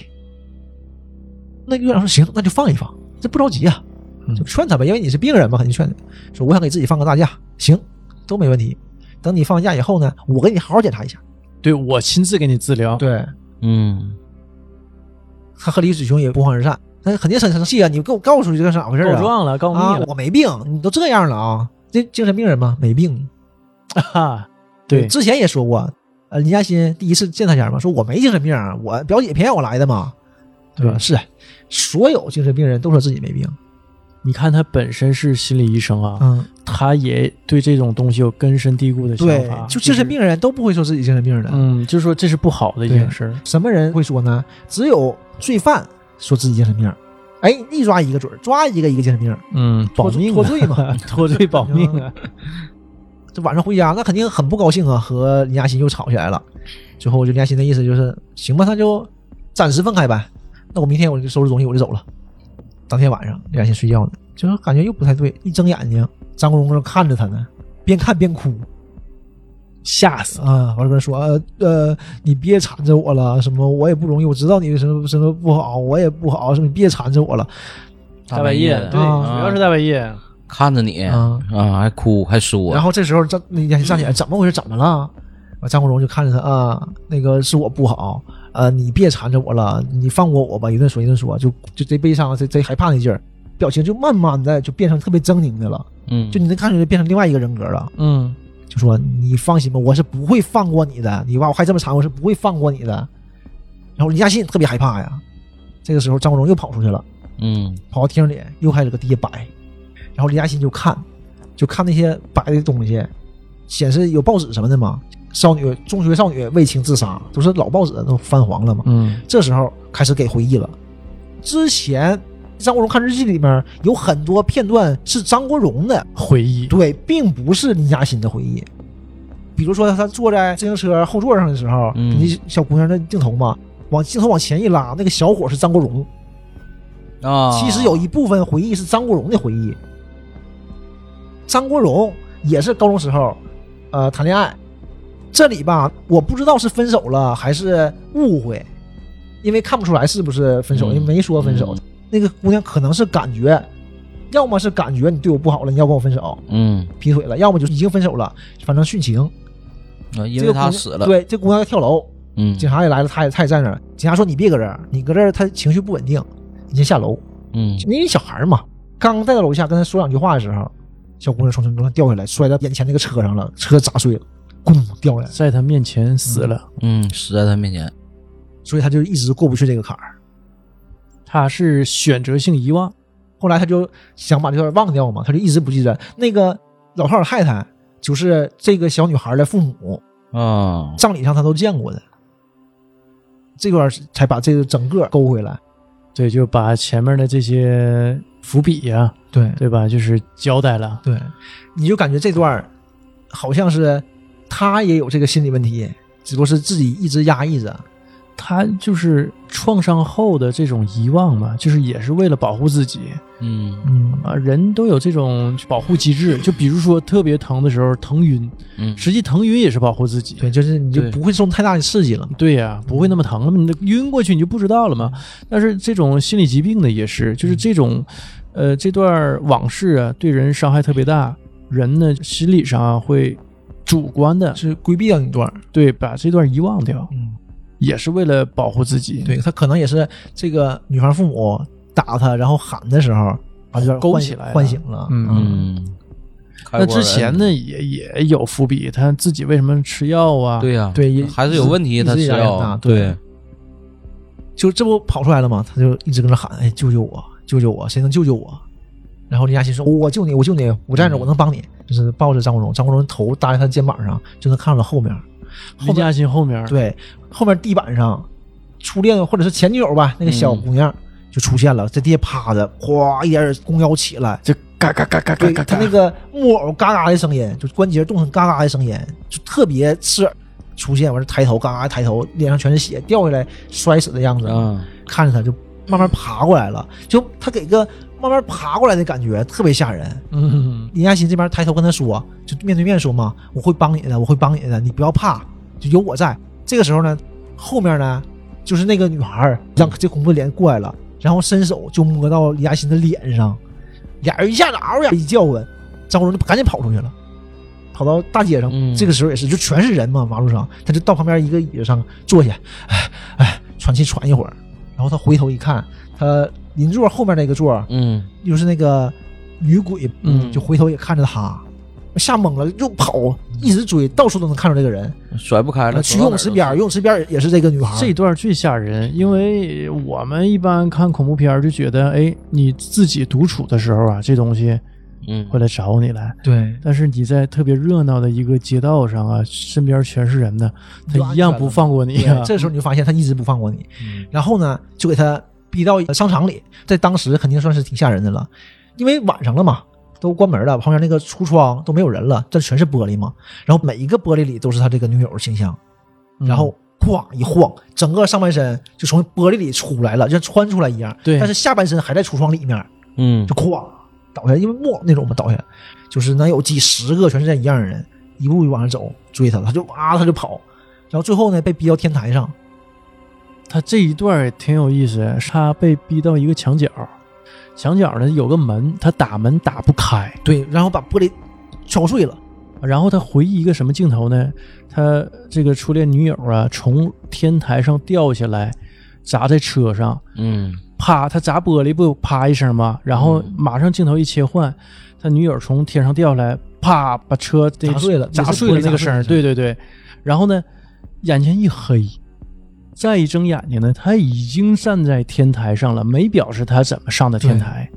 C: 那个院长说行，那就放一放，这不着急啊，
A: 嗯
C: 就劝他呗，因为你是病人嘛，肯定劝他。说我想给自己放个大假，行，都没问题。等你放假以后呢，我给你好好检查一下。
A: 对我亲自给你治疗，
C: 对，
B: 嗯，
C: 他和李子雄也不欢而散，那肯定生生气啊！你给我告诉这个咋回事
A: 告
C: 啊？
A: 状了，告密
C: 啊，
A: 了
C: 我没病，你都这样了啊？这精神病人嘛，没病。
A: 啊！对，
C: 之前也说过，呃，林嘉欣第一次见他前嘛，说我没精神病，啊我表姐骗我来的嘛，对吧？
A: 对
C: 是，所有精神病人都说自己没病，
A: 你看他本身是心理医生啊，
C: 嗯，
A: 他也对这种东西有根深蒂固的想
C: 对
A: 法，，
C: 就精神病人都不会说自己精神病的，
A: 嗯，就说这是不好的一件
C: 对
A: 事儿，
C: 什么人会说呢？只有罪犯说自己精神病，哎，一抓一个准儿，抓一个一个精神病，
A: 嗯，保
C: 脱罪
A: 命
C: 脱
A: 啊，
C: 罪嘛。
A: 脱罪保命啊，
C: 这晚上回家，那肯定很不高兴啊，和林嘉欣又吵起来了。最后就林嘉欣的意思就是，行吧，那就暂时分开呗。那我明天我就收拾东西我就走了。当天晚上，林嘉欣睡觉呢，就是感觉又不太对，一睁眼睛，张国荣正看着他呢，边看边哭。
A: 吓死！
C: 啊， 完了跟他说，呃呃，你别缠着我了，什么我也不容易，我知道你什么什么不好，我也不好，什么你别缠着我了
A: 大半夜的，
B: 的
A: 对，
C: 啊
A: 主要是大半夜，
B: 看着你啊，
C: 啊。
B: 还哭还说，
C: 然后这时候张那家站起来，怎么回事？怎么了？啊张国荣就看着他啊，那个是我不好，呃，你别缠着我了，你放过我吧，一顿说一顿说，就就贼悲伤，贼贼害怕那劲儿，表情就慢慢的就变成特别狰狞的了，
B: 嗯，
C: 就你能看出来变成另外一个人格了。
A: 嗯，
C: 就说你放心吧，我是不会放过你的，你把我害这么惨，我是不会放过你的。然后李嘉欣特别害怕呀，这个时候张国荣又跑出去了，
B: 嗯
C: 跑到厅里又开始搁地下摆，然后李嘉欣就看，就看那些摆的东西，显示有报纸什么的嘛，少女中学少女为情自杀，都是老报纸都泛黄了嘛。
A: 嗯，
C: 这时候开始给回忆了。之前张国荣看日记里面有很多片段是张国荣的，
A: 回忆，
C: 对，并不是林嘉欣的回忆。比如说，他坐在自行车后座上的时候，
B: 嗯
C: 那小姑娘的镜头嘛，往镜头往前一拉，那个小伙是张国荣。
B: 啊，
C: 其实有一部分回忆是张国荣的回忆。张国荣也是高中时候，呃，谈恋爱。这里吧，我不知道是分手了还是误会，因为看不出来是不是分手，因
B: 嗯
C: 为没说分手。那个姑娘可能是感觉，要么是感觉你对我不好了，你要跟我分手，
B: 嗯，
C: 劈腿了，要么就是已经分手了，反正殉情。
B: 啊因
C: 这
B: 为
C: 个姑
B: 他
C: 娘
B: 死了，
C: 对，这姑娘要跳楼，
B: 嗯
C: 警察也来了，她也她也站那儿。警察说：“你别搁这儿，你搁这儿，她情绪不稳定，你先下楼。
B: 嗯”
C: 因为小孩嘛，刚带到楼下跟她说两句话的时候，小姑娘从从楼上掉下来，摔到眼前那个车上了，车砸碎了，咣掉下来，
A: 在他面前死了，
B: 嗯，死在他面前，
C: 所以她就一直过不去这个坎儿。
A: 他是选择性遗忘，
C: 后来她就想把这段忘掉嘛，她就一直不记得那个老套老太太就是这个小女孩的父母，
B: 啊，
C: 葬礼上她都见过的。这段是才把这个整个勾回来，
A: 对，就把前面的这些伏笔呀、
C: 对
A: 对吧？就是交代了，
C: 对，你就感觉这段儿好像是他也有这个心理问题，只不过是自己一直压抑着。
A: 他就是创伤后的这种遗忘嘛，就是也是为了保护自己
B: 嗯
C: 嗯
A: 啊。人都有这种保护机制，就比如说特别疼的时候疼晕，
B: 嗯，
A: 实际疼晕也是保护自己。
C: 对，就是你就
A: 对
C: 不会受太大的刺激了。
A: 对呀、不会那么疼了嘛，你晕过去你就不知道了嘛。
C: 嗯
A: 但是这种心理疾病的也是，就是这种，
C: 嗯
A: 呃，这段往事啊，对人伤害特别大，人呢心理上啊会主观的
C: 是规避掉一段儿，
A: 对把这段遗忘掉，
C: 嗯，
A: 也是为了保护自己。
C: 对他可能也是这个女孩父母打他，然后喊的时候把这段
A: 勾
C: 唤
A: 起
C: 醒
A: 来了
C: 唤醒了。
A: 嗯
B: 嗯，开
A: 那
B: 国人
A: 之前呢，也也有伏笔，他自己为什么吃药啊？
B: 对呀，
C: 对也
B: 还是有问
C: 一
B: 题，
C: 直
B: 他
C: 一
B: 吃
C: 直压力很大
B: 药，啊
C: 对，就这不跑出来了吗？他就一直跟那喊：“哎，救救我，救救我，谁能救救我？”然后林嘉欣说：“我救你，我救你，我站着，
B: 嗯
C: 我能帮你。”就是抱着张国荣，张国荣头搭在他肩膀上，就能看到后面。
A: 林嘉欣后面，
C: 对，后面地板上初恋或者是前女友吧，那个
A: 嗯
C: 小姑娘就出现了，在地下趴着，哗，一点点弓腰起来，
A: 就嘎嘎嘎嘎嘎
C: 对，
A: 嘎
C: 她
A: 嘎，
C: 那个木偶嘎嘎的声音，就关节动成嘎嘎的声音，就特别刺耳。出现完了，抬头嘎嘎抬头，脸上全是血，掉下来摔死的样子，
B: 啊，
C: 看着她就慢慢爬过来了，就她给个慢慢爬过来的感觉，特别吓人。
A: 嗯，
C: 林嘉欣这边抬头跟他说，就面对面说嘛，我会帮你的，我会帮你的，你不要怕，就有我在。这个时候呢，后面呢，就是那个女孩儿让这恐怖脸过来了，然后伸手就摸到林嘉欣的脸上，俩人一下子嗷呀一叫唤，张国荣就赶紧跑出去了。跑到大街上，
B: 嗯
C: 这个时候也是，就全是人嘛，马路上，他就到旁边一个椅子上坐下，哎哎，喘气喘一会儿，然后他回头一看，他邻座后面那个座儿
B: 嗯
C: 又是那个女鬼，
A: 嗯
C: 就回头也看着他，吓懵了，又跑，一直追，到处都能看着这个人。
B: 嗯甩不开了，
C: 去游泳池边儿，游泳池边儿也是这个女孩儿，
A: 这段最吓人，因为我们一般看恐怖片儿就觉得，哎，你自己独处的时候啊，这东西
B: 嗯
A: 会来找你来。
C: 对
A: 但是你在特别热闹的一个街道上啊，身边全是人的，
C: 就
A: 他一样不放过你
C: 对
A: 啊。
C: 这时候你就发现他一直不放过你，
B: 嗯
C: 然后呢，就给他逼到商场里，在当时肯定算是挺吓人的了，因为晚上了嘛，都关门了，旁边那个橱窗都没有人了，这全是玻璃嘛，然后每一个玻璃里都是他这个女友的形象，
A: 嗯
C: 然后哐一晃，整个上半身就从玻璃里出来了，就像穿出来一样，
A: 对
C: 但是下半身还在橱窗里面，
B: 嗯
C: 就哐倒下，因为木那种嘛倒下，就是能有几十个全是这一样的人，一步一步往上走追他，他就啊他就跑，然后最后呢被逼到天台上，
A: 他这一段也挺有意思，他被逼到一个墙角，啊墙角呢有个门，他打门打不开，
C: 对，然后把玻璃敲碎了，
A: 然后他回忆一个什么镜头呢？他这个初恋女友啊，从天台上掉下来，砸在车上，
B: 嗯
A: 啪，他砸玻璃不啪一声吗？然后
B: 嗯
A: 马上镜头一切换，他女友从天上掉下来，啪，把车得
C: 砸碎了
A: 砸碎了那个声儿，
C: 砸
A: 对
C: 碎
A: 对对。然后呢，眼前一黑，再一睁眼睛呢，他已经站在天台上了，没表示他怎么上的天台。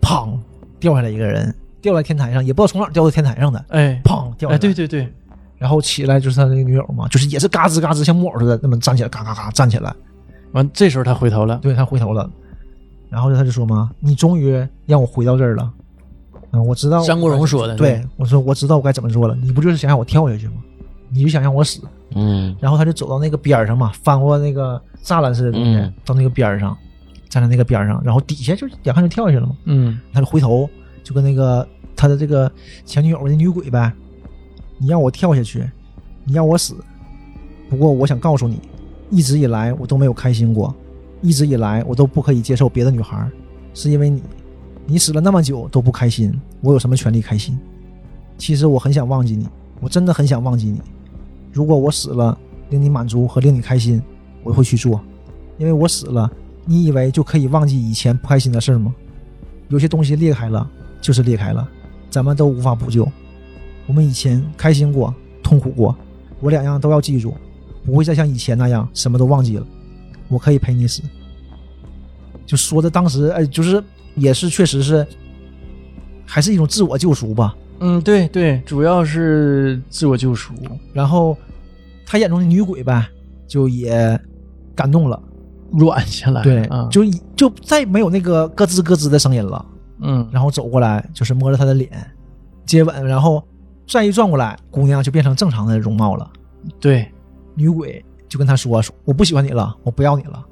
C: 砰掉下来一个人，掉在天台上，也不知道从哪儿掉到天台上的，
A: 哎，
C: 砰掉下来，
A: 哎，对对对，
C: 然后起来就是他那个女友嘛，就是也是嘎吱嘎吱像木偶似的那么站起来，嘎嘎嘎站起来，
A: 完这时候他回头了，
C: 对他回头了，然后他就说嘛，你终于让我回到这儿了，嗯，我知道
A: 张国荣说的
C: 对我说我知道我该怎么做了，你不就是想让我跳下去吗？你就想让我死，
B: 嗯
C: 然后他就走到那个边儿上嘛，翻过那个栅栏似的东西，
B: 嗯
C: 到那个边儿上，站在那个边儿上，然后底下就眼看就跳下去了嘛，
A: 嗯
C: 他就回头就跟那个他的这个前女友的女鬼呗，你让我跳下去，你让我死。不过我想告诉你，一直以来我都没有开心过，一直以来我都不可以接受别的女孩，是因为你，你死了那么久都不开心，我有什么权利开心？其实我很想忘记你，我真的很想忘记你。如果我死了令你满足和令你开心，我会去做，因为我死了，你以为就可以忘记以前不开心的事儿吗？有些东西裂开了就是裂开了，咱们都无法补救。我们以前开心过，痛苦过，我两样都要记住，不会再像以前那样什么都忘记了。我可以陪你死。就说的当时，哎，就是也是确实是，还是一种自我救赎吧。
A: 嗯，对对，主要是自我救赎。
C: 然后他眼中的女鬼呗，就也感动了，
A: 软下来，
C: 对，
A: 啊，
C: 就就再没有那个咯吱咯吱的声音了。
A: 嗯，
C: 然后走过来就是摸着她的脸，接吻，然后再一转过来，姑娘就变成正常的容貌了。
A: 对，
C: 女鬼就跟他说：“说我不喜欢你了，我不要你了。”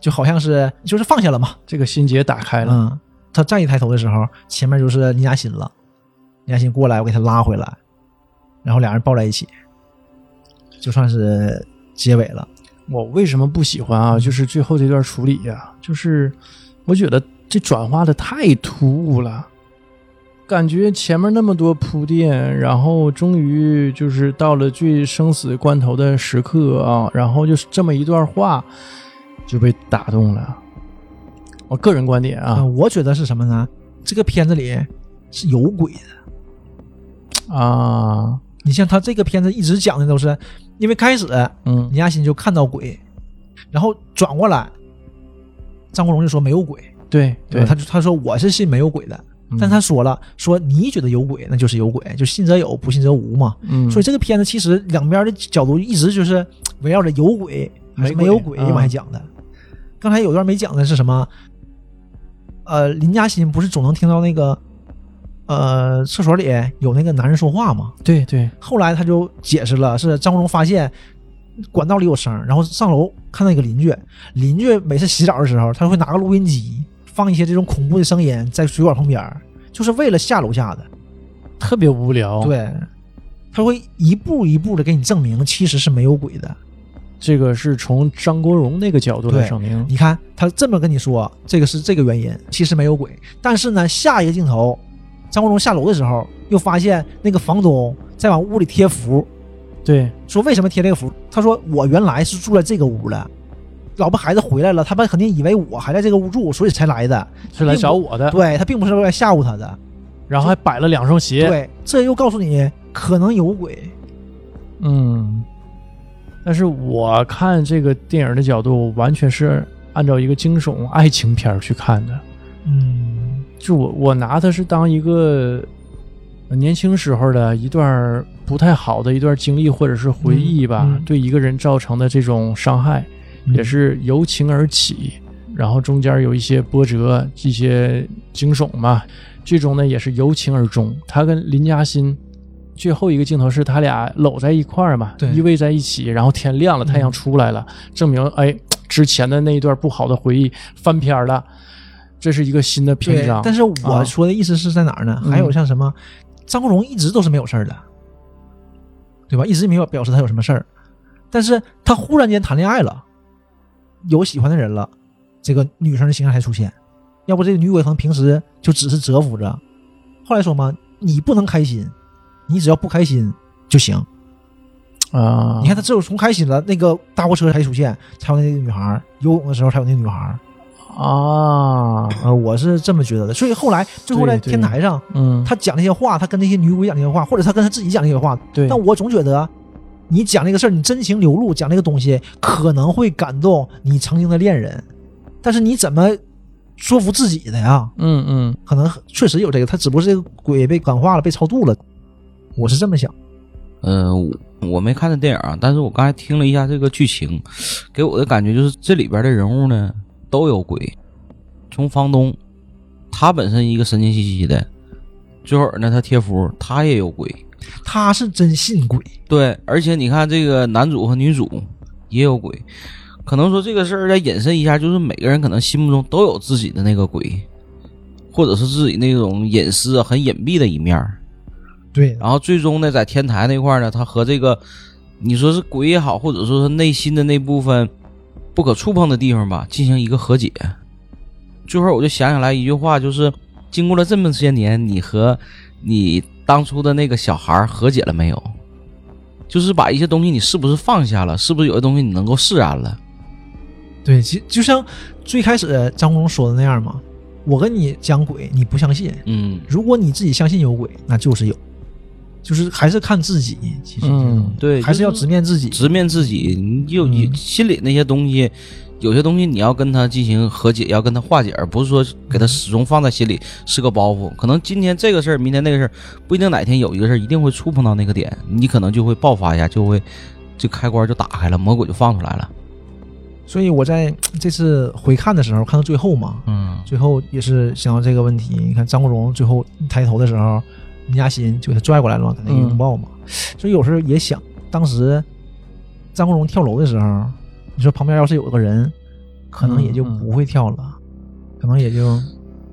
C: 就好像是就是放下了嘛。
A: 这个心结打开了，
C: 嗯，他再一抬头的时候，前面就是倪雅欣了。倪雅欣过来，我给她拉回来，然后俩人抱在一起，就算是结尾了。
A: 我为什么不喜欢啊？就是最后这段处理呀、就是我觉得这转化的太突兀了，感觉前面那么多铺垫，然后终于就是到了最生死关头的时刻啊，然后就是这么一段话就被打动了。我个人观点
C: 啊、
A: 啊
C: 我觉得是什么呢？这个片子里是有鬼的。
A: 啊，
C: 你像他这个片子一直讲的都是，因为开始
A: 嗯
C: 倪，亚欣就看到鬼，然后转过来，张国荣就说没有鬼，
A: 对对，
C: 对吧？他就他说我是信没有鬼的，
A: 嗯
C: 但他说了，说你觉得有鬼，那就是有鬼，就信则有，不信则无嘛。
A: 嗯，
C: 所以这个片子其实两边的角度一直就是围绕着有鬼还是没有鬼
A: 没鬼啊
C: 往下讲的。刚才有段没讲的是什么？呃，林嘉欣不是总能听到那个呃厕所里有那个男人说话吗？
A: 对对，
C: 后来他就解释了，是张国荣发现管道里有声儿，然后上楼看到一个邻居，邻居每次洗澡的时候，他会拿个录音机放一些这种恐怖的声音在水管旁边儿，就是为了吓楼下的。
A: 特别无聊。，
C: 对，他会一步一步的给你证明其实是没有鬼的。
A: 这个是从张国荣那个角度来
C: 对
A: 证明。
C: 你看他这么跟你说，这个是这个原因，其实没有鬼。但是呢，下一个镜头，张国荣下楼的时候，又发现那个房东在往屋里贴符，
A: 对，
C: 说为什么贴这个符？他说我原来是住在这个屋了，老婆孩子回来了，他们肯定以为我还在这个屋住，所以才来的。
A: 是来找我的，
C: 对他并不是来吓唬他的。
A: 然后还摆了两双鞋，
C: 对，这又告诉你可能有鬼。
A: 嗯，但是我看这个电影的角度，完全是按照一个惊悚爱情片儿去看的。
C: 嗯，
A: 就我我拿它是当一个呃年轻时候的一段儿不太好的一段经历或者是回忆吧，
C: 嗯嗯
A: 对一个人造成的这种伤害，
C: 嗯
A: 也是由情而起，然后中间有一些波折，一些惊悚嘛。最终呢，也是由情而终。他跟林嘉欣最后一个镜头是他俩搂在一块儿嘛，
C: 对嗯
A: 依偎在一起，然后天亮了，太阳出来了，证明哎之前的那一段不好的回忆翻篇儿了，这是一个新的篇
C: 对
A: 章。。
C: 但是我
A: 啊
C: 说的意思是在哪儿呢？
A: 嗯
C: 还有像什么，张国荣一直都是没有事儿的，对吧？一直没有表示他有什么事儿，但是他忽然间谈恋爱了，有喜欢的人了，这个女生的形象才出现。要不这个女鬼可能平时就只是蛰伏着。后来说嘛，你不能开心，你只要不开心就行。
A: 啊，
C: 你看他只有从开心了，那个大货车才出现，才有那个女孩儿游泳的时候才有那个女孩儿。
A: 啊，
C: 呃，我是这么觉得的。所以后来最后在
A: 对对
C: 天台上，
A: 嗯，
C: 他讲那些话，他跟那些女鬼讲那些话，或者他跟他自己讲那些话。
A: 对
C: 但我总觉得，你讲这个事儿，你真情流露，讲这个东西，可能会感动你曾经的恋人，但是你怎么说服自己的呀？
A: 嗯嗯，
C: 可能确实有这个，他只不过是这个鬼被感化了，被超度了。我是这么想，
B: 呃，我我没看这电影啊，但是我刚才听了一下这个剧情，给我的感觉就是这里边的人物呢都有鬼，从房东，他本身一个神经兮兮的，最后呢他贴符，他也有鬼，
C: 他是真信鬼，
B: 对，而且你看这个男主和女主也有鬼，可能说这个事儿再引申一下，就是每个人可能心目中都有自己的那个鬼，或者是自己那种隐私啊很隐蔽的一面儿。
C: 对
B: 然后最终呢，在天台那块儿呢，他和这个你说是鬼也好，或者说是内心的那部分不可触碰的地方吧，进行一个和解。最后我就想起来一句话，就是经过了这么些年，你和你当初的那个小孩儿和解了没有？就是把一些东西你是不是放下了，是不是有些东西你能够释然了？
C: 对，其就像最开始张国荣说的那样嘛，我跟你讲鬼，你不相信，
B: 嗯，
C: 如果你自己相信有鬼，那就是有，就是还是看自己，其实这种
A: 嗯
B: 对
C: 还是要直面自己。
B: 直面自己，你就你
C: 嗯
B: 心里那些东西，有些东西你要跟他进行和解，要跟他化解，而不是说给他始终放在心里是个包袱。可能今天这个事儿，明天那个事儿，不一定哪天有一个事儿一定会触碰到那个点，你可能就会爆发一下，就会这开关就打开了，魔鬼就放出来了。
C: 所以我在这次回看的时候，看到最后嘛，
B: 嗯，
C: 最后也是想到这个问题。你看张国荣最后抬头的时候，林嘉欣就给他拽过来了嘛，给他一个拥抱嘛。所以有时候也想，当时张国荣跳楼的时候，你说旁边要是有个人，可能也就
A: 嗯嗯
C: 不会跳了，可能也就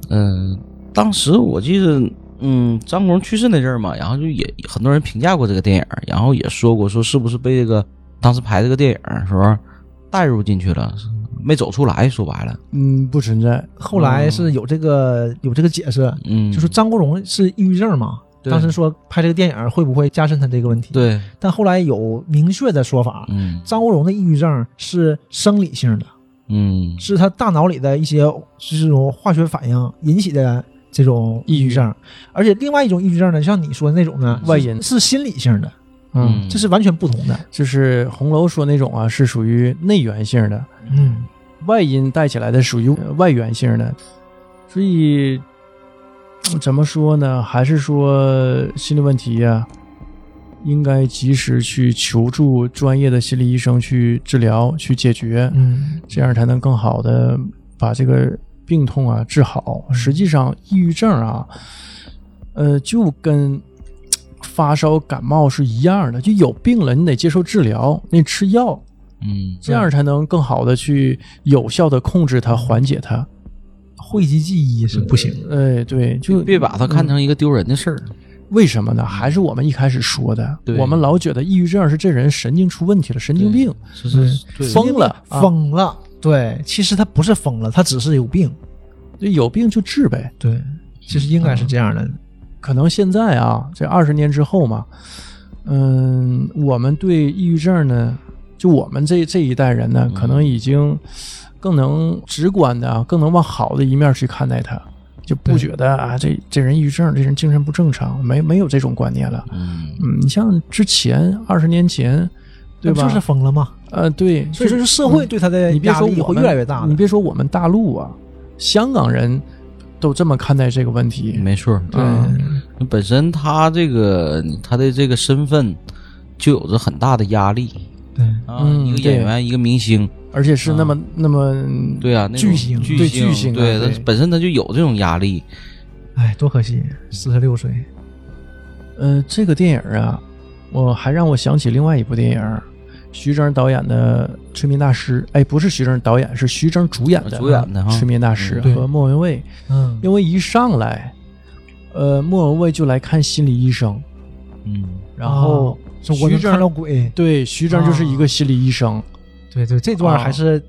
B: 嗯，当时我记得，嗯，张国荣去世那阵儿嘛，然后就也很多人评价过这个电影，然后也说过说是不是被这个当时拍这个电影的时候带入进去了，没走出来，说白了，
A: 嗯，不存在，
C: 后来是有这个、有这个解释，
B: 嗯，
C: 就说张国荣是抑郁症嘛。
B: 对
C: 当时说拍这个电影会不会加深他这个问题？
B: 对，
C: 但后来有明确的说法，
B: 嗯
C: 张国荣的抑郁症是生理性的，
B: 嗯
C: 是他大脑里的一些这种化学反应引起的这种抑郁嗯症。而且另外一种抑郁症呢，像你说的那种呢，
A: 外因
C: 是心理性的，
A: 嗯，
C: 这是完全不同的。
A: 就是红楼说那种啊，是属于内源性的，
C: 嗯，
A: 外因带起来的属于呃外源性的，所以嗯怎么说呢？还是说心理问题呀、应该及时去求助专业的心理医生去治疗、去解决，
C: 嗯，
A: 这样才能更好的把这个病痛啊治好。
C: 嗯
A: 实际上，抑郁症啊，呃，就跟发烧、感冒是一样的，就有病了，你得接受治疗，你得吃药，
B: 嗯
A: 这样才能更好的去有效的控制它、缓解它。
C: 汇集记忆是不行的。
A: 哎，对，就嗯
B: 别把它看成一个丢人的事儿。
A: 为什么呢？还是我们一开始说的，
B: 对
A: 我们老觉得抑郁症是这人神经出问题了，神经病，
B: 是是，对
A: 疯了，啊
C: 疯了，对，其实他不是疯了，他只是有病。
A: 就有病就治呗。
C: 啊对，其实应该是这样的。
A: 可能现在啊，这二十年之后嘛，嗯，我们对抑郁症呢，就我们这这一代人呢，可
C: 嗯
A: 能已经更能直观的啊，更能往好的一面去看待它，就不
C: 对
A: 觉得啊，这这人抑郁症，这人精神不正常，没没有这种观念了。
B: 嗯，
A: 嗯，你像之前二十年前，对
C: 那不
A: 吧？
C: 就是疯了吗？
A: 呃，对，
C: 所以说，
A: 就是
C: 社会对他的
A: 你别
C: 压
A: 说
C: 力
A: 我
C: 会
A: 们
C: 越来越大
A: 你
C: 的。
A: 别说我们大陆啊，香港人都这么看待这个问题。
B: 没错儿。
A: 嗯
B: 那本身他这个他的这个身份就有着很大的压力
C: 对，
B: 啊，
A: 嗯
B: 一个演
A: 对
B: 员，一个明星，
A: 而且是那么、那么
B: 对啊，那种
C: 巨星
B: 巨
A: 对
B: 星，
A: 巨星啊
B: 对，
A: 对
B: 他本身他就有这种压力，
C: 哎，多可惜，四十六岁，
A: 呃，这个电影啊，我还让我想起另外一部电影，徐峥导演的《催眠大师》。哎，不是徐峥导演，是徐峥哦主演的
B: 主演的哈
A: 《催眠大师
C: 嗯》对
A: 和莫文蔚。
C: 嗯，
A: 因为一上来，呃，莫文蔚就来看心理医生，
B: 嗯，
A: 然后、
C: 哦说我能
A: 徐峥
C: 看到鬼，
A: 对徐峥就是一个心理医生。
C: 对对，这段
A: 啊
C: 还是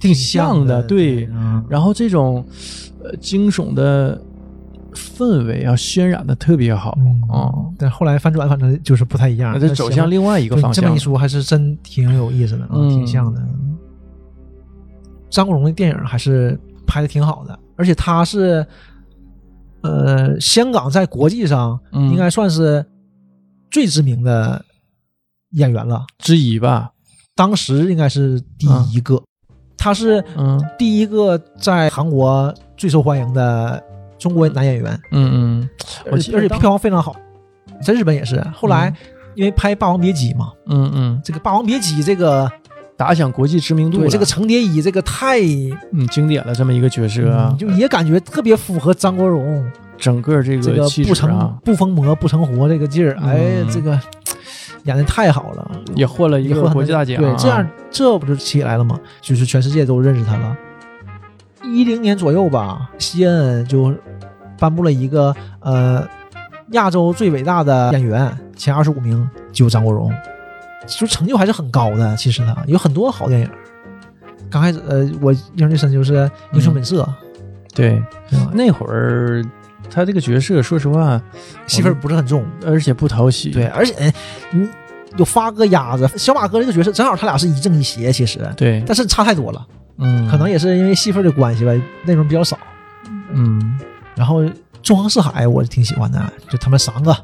C: 挺像
A: 的对
C: 嗯
A: 然后这种呃惊悚的氛围啊，渲染的特别好
C: 嗯
A: 啊，
C: 但后来反转，反正就是不太一样
A: 那
C: 了，
A: 就走向另外一
C: 一
A: 个方
C: 这么
A: 向
C: 一。说，还是真挺有意思的啊，
A: 嗯
C: 挺像的。张国荣的电影还是拍的挺好的，而且他是，呃，香港在国际上
A: 嗯
C: 应该算是最知名的演员了，
A: 之一吧，
C: 当时应该是第一个，他是
A: 嗯
C: 第一个在韩国最受欢迎的中国男演员，
A: 嗯嗯，我
C: 而
A: 记
C: 且
A: 得
C: 而且
A: 当
C: 票房非常好，在日本也是。后来
A: 嗯
C: 因为拍《霸王别姬》嘛，
A: 嗯嗯，
C: 这个《霸王别姬》这个
A: 打响国际知名度
C: 对
A: 了，
C: 这个程蝶衣这个太，
A: 嗯经典了这么一个角色啊
C: 嗯，就也感觉特别符合张国荣
A: 整个这
C: 这个
A: 气质
C: 不成
A: 啊，
C: 不疯魔不成活这个劲儿，哎
A: 嗯，
C: 这个演的太好了，
A: 也获了一
C: 以
A: 个
C: 后他
A: 国际大奖啊，
C: 对，这样这不就起来了吗？就是全世界都认识他了。一零年左右吧，西恩就颁布了一个呃亚洲最伟大的演员前二十五名就有张国荣，就成就还是很高的。其实他有很多好电影。刚开始呃，我印象最深就是《英雄本色》
A: 嗯对
C: 对吧，
A: 那会儿他这个角色，说实话，
C: 戏份不是很重，
A: 而且不讨喜，
C: 对，而且哎你有发哥鸭子，小马哥这个角色正好他俩是一正一邪，其实，
A: 对，
C: 但是差太多了。
A: 嗯，
C: 可能也是因为戏份的关系吧，内容比较少。
A: 嗯
C: 然后《纵横四海》我挺喜欢的，就他们三个，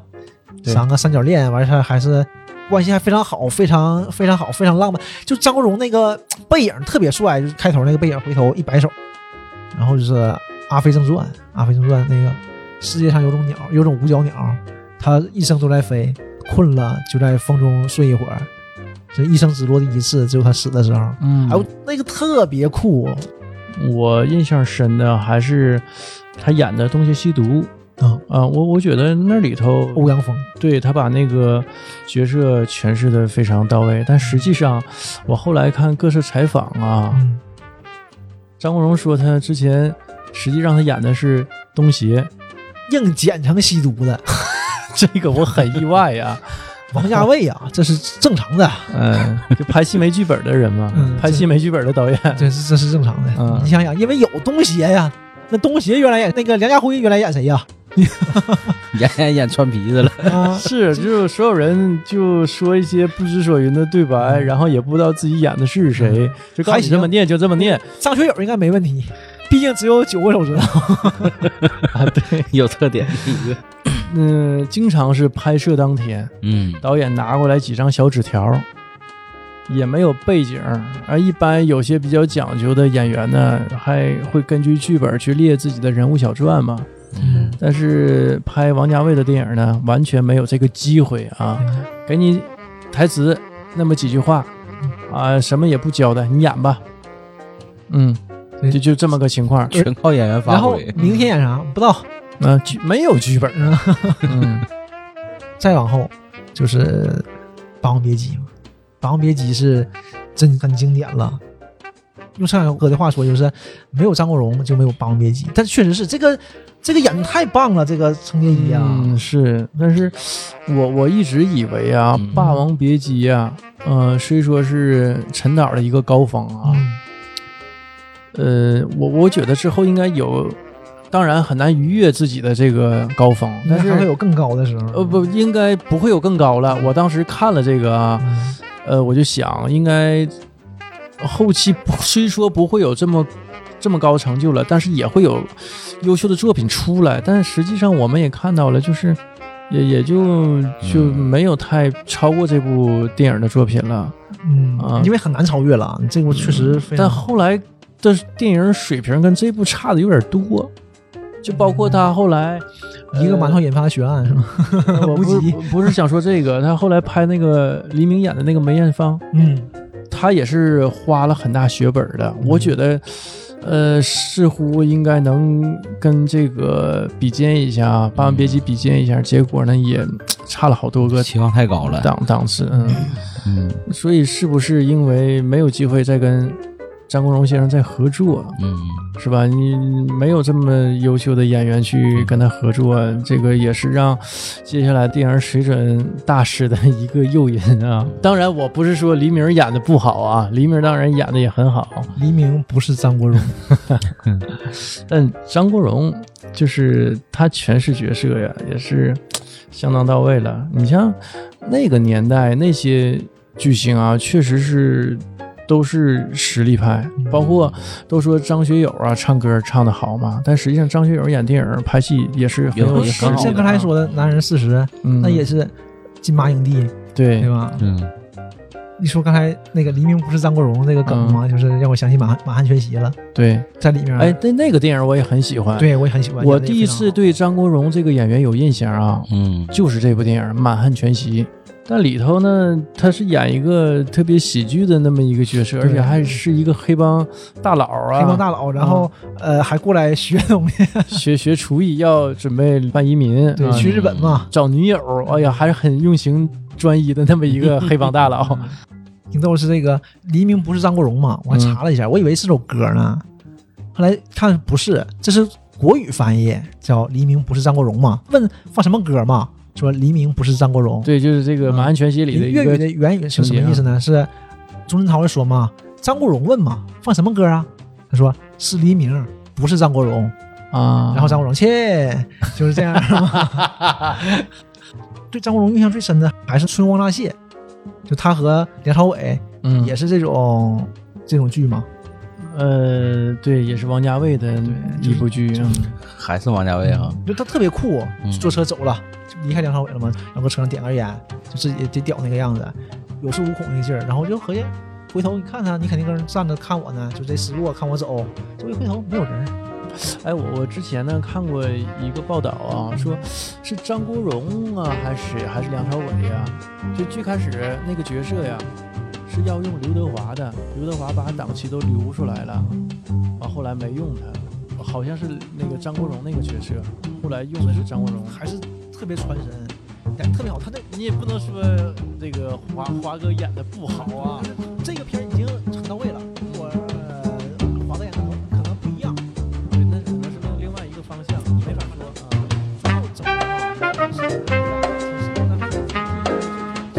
A: 对
C: 三个三角恋，完事儿还是关系还非常好，非常非常好，非常浪漫。就张国荣那个背影特别帅，就是开头那个背影，回头一摆手。然后就是《阿飞正传》，《阿飞正传》那个世界上有种鸟，有种五角鸟，它一生都在飞，困了就在风中睡一会儿。这一生只落地一次，只有它死的时候。
A: 嗯，
C: 哎呦，那个特别酷啊、
A: 我印象深的还是他演的《东邪西毒》啊、我我觉得那里头
C: 欧阳锋。
A: 对他把那个角色诠释的非常到位，但实际上我后来看各式采访啊，
C: 嗯
A: 张国荣说他之前实际上他演的是东邪，
C: 硬剪成吸毒 的
A: 这个我很意外啊 呀、
C: 王家卫啊，这是正常的，
A: 嗯，就拍戏没剧本的人嘛，
C: 嗯
A: 拍戏没剧本的导演，
C: 这是这是正常的。
A: 嗯，
C: 你想想，因为有东邪呀，那东邪原来演那个梁家辉原来演谁呀？
B: 演演演穿皮子了，
C: 啊
A: 是就是所有人就说一些不知所云的对白，然后也不知道自己演的是谁，就告诉
C: 嗯还
A: 你
C: 行
A: 这么念就这么念，
C: 张学友应该没问题，毕竟只有九个手指头。
A: 啊，对，
B: 有特点的一个，
A: 嗯、经常是拍摄当天，
B: 嗯，
A: 导演拿过来几张小纸条，也没有背景，而一般有些比较讲究的演员呢，还会根据剧本去列自己的人物小传嘛。
B: 嗯
A: 但是拍王家卫的电影呢，完全没有这个机会啊，给你台词那么几句话，啊，什么也不交代，你演吧，嗯，
C: 对
A: 就就这么个情况，
B: 全靠演员
C: 然
B: 发
C: 后
B: 挥，
C: 明天演啥不知道。
A: 嗯、剧没有剧本，
C: 嗯，
A: 嗯。
C: 再往后就是《霸王别姬》嘛，《霸王别姬》是真很经典了。用上海哥的话说，就是没有张国荣就没有《霸王别姬》，但确实是这个这个演的太棒了，这个程蝶衣啊，
A: 嗯，是，但是我我一直以为啊，
B: 嗯
A: 霸王别姬》啊，呃，虽说是陈导的一个高峰啊，
C: 嗯
A: 呃，我我觉得之后应该有当然很难逾越自己的这个高峰，
C: 那
A: 但
C: 还会
A: 是
C: 有更高的时候。
A: 呃不应该不会有更高了。我当时看了这个啊，
C: 嗯，
A: 呃，我就想应该后期不 虽说不会有这么这么高成就了，但是也会有优秀的作品出来。但实际上我们也看到了，就是也也就就没有太超过这部电影的作品了。
C: 嗯
A: 啊
C: 因为很难超越了，这个确实非常。
A: 嗯但后来的电影水平跟这部差的有点多，就包括他后来
C: 嗯一个馒头
A: 也
C: 引发的血案是吗？
A: 我呃不
C: 无极
A: 是不是想说这个，他后来拍那个黎明演的那个梅艳芳，
C: 嗯，
A: 他也是花了很大血本的。我觉得，呃，似乎应该能跟这个比肩一下，《霸王别姬》比肩一下，结果呢也差了好多个
B: 期望太高了。
A: 档档次。嗯，
B: 嗯
A: 所以是不是因为没有机会再跟张国荣先生再合作，
B: 嗯，
A: 是吧？你没有这么优秀的演员去跟他合作，这个也是让接下来电影水准大师的一个诱因啊。当然，我不是说黎明演的不好啊，黎明当然演的也很好，
C: 黎明不是张 国荣，
A: 但张国荣就是他诠释角色呀，也是相当到位了。你像那个年代那些巨星啊，确实是都是实力派，
C: 嗯
A: 包括都说张学友啊唱歌唱得好嘛，但实际上张学友演电影拍戏也是很
B: 也
A: 有
B: 也
A: 实
B: 很
A: 力的啊
B: 好
C: 像刚才说的《男人四十》，
A: 嗯
C: 那也是金马影帝，
A: 对
C: 对吧？
B: 嗯，
C: 你说刚才那个黎明不是张国荣这个梗嘛，就是让我想起马汉马汉全席了，
A: 对，
C: 在里面。
A: 嗯哎，，那那个电影我也很喜欢。，
C: 啊对我也很喜欢。
A: 我
C: 演得也
A: 第一
C: 非常
A: 次
C: 好
A: 对张国荣这个演员有印象啊，
B: 嗯，
A: 就是这部电影《满汉全席》，但里头呢，他是演一个特别喜剧的那么一个角色，
C: 对
A: 而且还是一个黑帮大佬啊，嗯
C: 黑帮大佬，然后呃还过来学东西，
A: 学学厨艺，要准备办移民，
C: 对，
A: 啊
C: 去日本嘛，
A: 找女友，哎呀，还是很用情专一的那么一个黑帮大 佬。
C: 挺逗的是这个黎明不是张国荣嘛？
A: 嗯
C: 我还查了一下，我以为是首歌呢，后来看不是，这是国语翻译叫《黎明不是张国荣》嘛？问放什么歌嘛？说黎明不是张国荣。
A: 对，就是这个《满汉全席》里的一
C: 粤语
A: 个啊
C: 的原语是什么意思呢？是钟镇涛就说嘛，张国荣问嘛，放什么歌啊？他说是黎明，不是张国荣。
A: 啊，
C: 然后张国 荣切，就是这样。 对张国荣印象最深的还是《春光乍泄》，就他和梁朝伟
A: 嗯
C: 也是这种、这种剧嘛。
A: 呃，对，也是王家卫的
C: 就是
A: 一部剧，嗯
B: 还是王家卫啊哈。
C: 就他特别酷，
B: 嗯
C: 坐车走了，就离开梁朝伟了嘛，然后搁车上点根烟，就自己得屌那个样子，有恃无恐那个劲儿。然后我就合计，回头一看他，你肯定搁那站着看我呢，就这失落看我走。就一回头没有人儿，
A: 哎，我我之前呢看过一个报道啊，说是张国荣啊，还是谁，还是梁朝伟呀、就最开始那个角色呀，是要用刘德华的，刘德华把档期都留出来了，完后来没用他，好像是那个张国荣那个角色，后来用的是张国荣。
C: 还是特别传神，演得特别好。他那
A: 你也不能说这个华华哥演的不好啊，
C: 这个片儿已经很到位了，我呃华哥演的可能不一样。
A: 对，那可能是那另外一个方向，你没法说啊。
C: 最后走的话，是是那个。